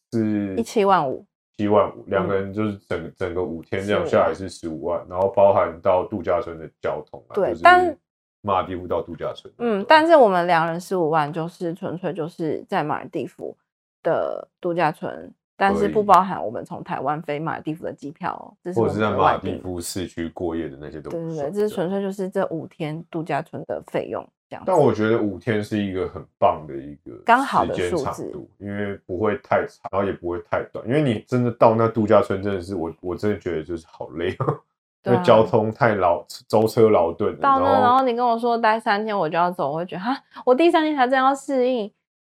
Speaker 2: 一七万嗯五，
Speaker 1: 七万五，两个人就是整、整个五天这样下来是十五万，然后包含到度假村的交通啊，
Speaker 2: 对
Speaker 1: 就是
Speaker 2: 但
Speaker 1: 马尔地夫到度假村，啊
Speaker 2: 嗯，但是我们两人十五万，就是纯粹就是在马尔地夫的度假村，但是
Speaker 1: 可以
Speaker 2: 不包含我们从台湾飞马尔地夫的机票哦，这是
Speaker 1: 或
Speaker 2: 我
Speaker 1: 者
Speaker 2: 们
Speaker 1: 是在
Speaker 2: 额
Speaker 1: 马
Speaker 2: 外
Speaker 1: 尔地
Speaker 2: 订
Speaker 1: 夫市区过夜的那些都不
Speaker 2: 对对对，
Speaker 1: 算
Speaker 2: 这是纯粹就是这五天度假村的费用这样子。
Speaker 1: 但我觉得五天是一个很棒的一个
Speaker 2: 刚好的
Speaker 1: 时间
Speaker 2: 数
Speaker 1: 长
Speaker 2: 字
Speaker 1: 度，因为不会太长，然后也不会太短。因为你真的到那度假村，真的是我我真的觉得就是好累哦，因
Speaker 2: 对
Speaker 1: 为
Speaker 2: 啊
Speaker 1: 交通太劳舟车劳顿了，
Speaker 2: 到那，
Speaker 1: 然
Speaker 2: 然
Speaker 1: 后
Speaker 2: 后你跟我说待三天我就要走，我会觉得哈，我第三天才正要适应，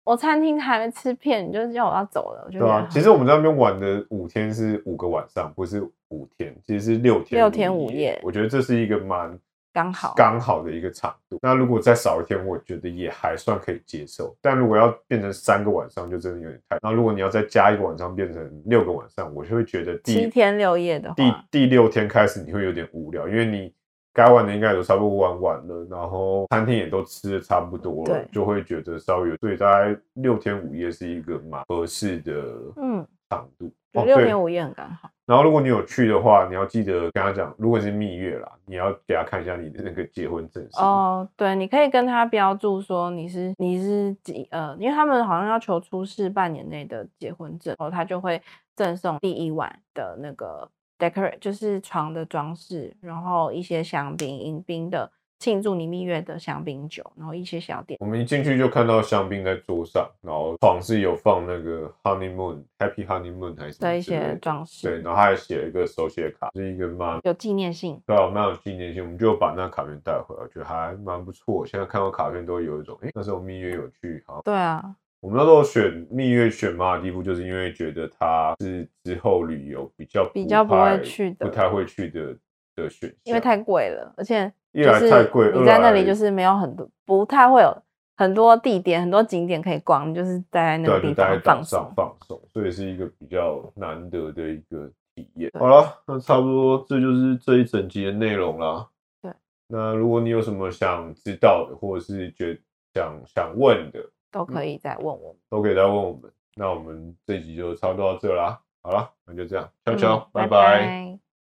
Speaker 2: 我餐厅还没吃遍，你就叫我要走了，我就觉
Speaker 1: 对
Speaker 2: 得
Speaker 1: 啊，其实我们在那边玩的五天是五个晚上，不是五天，其实是六天
Speaker 2: 六天
Speaker 1: 五
Speaker 2: 五夜
Speaker 1: 我觉得这是一个蛮
Speaker 2: 刚好
Speaker 1: 刚好的一个长度。那如果再少一天，我觉得也还算可以接受。但如果要变成三个晚上，就真的有点太。那如果你要再加一个晚上变成六个晚上，我就会觉得第
Speaker 2: 七天六夜的
Speaker 1: 第
Speaker 2: 话，
Speaker 1: 第六天开始你会有点无聊，因为你该玩的应该都差不多玩完了，然后餐厅也都吃的差不多了
Speaker 2: 对，
Speaker 1: 就会觉得稍微有。所以大概六天五夜是一个蛮合适的
Speaker 2: 嗯，
Speaker 1: 长度。
Speaker 2: 觉
Speaker 1: 哦
Speaker 2: 得六
Speaker 1: 对
Speaker 2: 天五夜很刚好。
Speaker 1: 然后如果你有去的话，你要记得跟他讲，如果你是蜜月啦，你要给他看一下你的那个结婚证书。
Speaker 2: 哦，对，你可以跟他标注说你是你是几呃，因为他们好像要求出示半年内的结婚证，然后他就会赠送第一晚的那个 decorate，就是床的装饰，然后一些香槟、迎宾的庆祝你蜜月的香槟酒，然后一些小点。
Speaker 1: 我们一进去就看到香槟在桌上，然后床是有放那个 honeymoon happy honeymoon 还是什么
Speaker 2: 的
Speaker 1: 之类
Speaker 2: 一些
Speaker 1: 的
Speaker 2: 装
Speaker 1: 对，
Speaker 2: 饰，
Speaker 1: 然后他还写了一个手写卡，是一个蛮
Speaker 2: 有纪念性。
Speaker 1: 对啊，蛮有纪念性，我们就把那卡片带回来，我觉得还蛮不错。现在看到卡片都有一种，哎、那时候蜜月有去，好，
Speaker 2: 对啊，
Speaker 1: 我们那时候选蜜月选马尔地夫，就是因为觉得它是之后旅游比较
Speaker 2: 比较不
Speaker 1: 太
Speaker 2: 会去的
Speaker 1: 不太会去的的选项，
Speaker 2: 因为太贵了，而且
Speaker 1: 一
Speaker 2: 就
Speaker 1: 来
Speaker 2: 是
Speaker 1: 太贵
Speaker 2: 你在
Speaker 1: 二
Speaker 2: 那
Speaker 1: 来
Speaker 2: 里就是没有很多，不太会有很多地点、很多景点可以逛，你就是待在那
Speaker 1: 对
Speaker 2: 个
Speaker 1: 啊，就
Speaker 2: 地
Speaker 1: 待在
Speaker 2: 方
Speaker 1: 岛
Speaker 2: 放
Speaker 1: 上
Speaker 2: 松。
Speaker 1: 放松，所以是一个比较难得的一个体验。
Speaker 2: 对
Speaker 1: 好了，那差不多这就是这一整集的内容啦。
Speaker 2: 对，
Speaker 1: 那如果你有什么想知道的，或者是觉想想问的。
Speaker 2: 都可以再问我们。
Speaker 1: 都可以再问我们。那我们这集就差不多到这啦，好啦，那就这样，悄
Speaker 2: 嗯
Speaker 1: 悄，拜
Speaker 2: 拜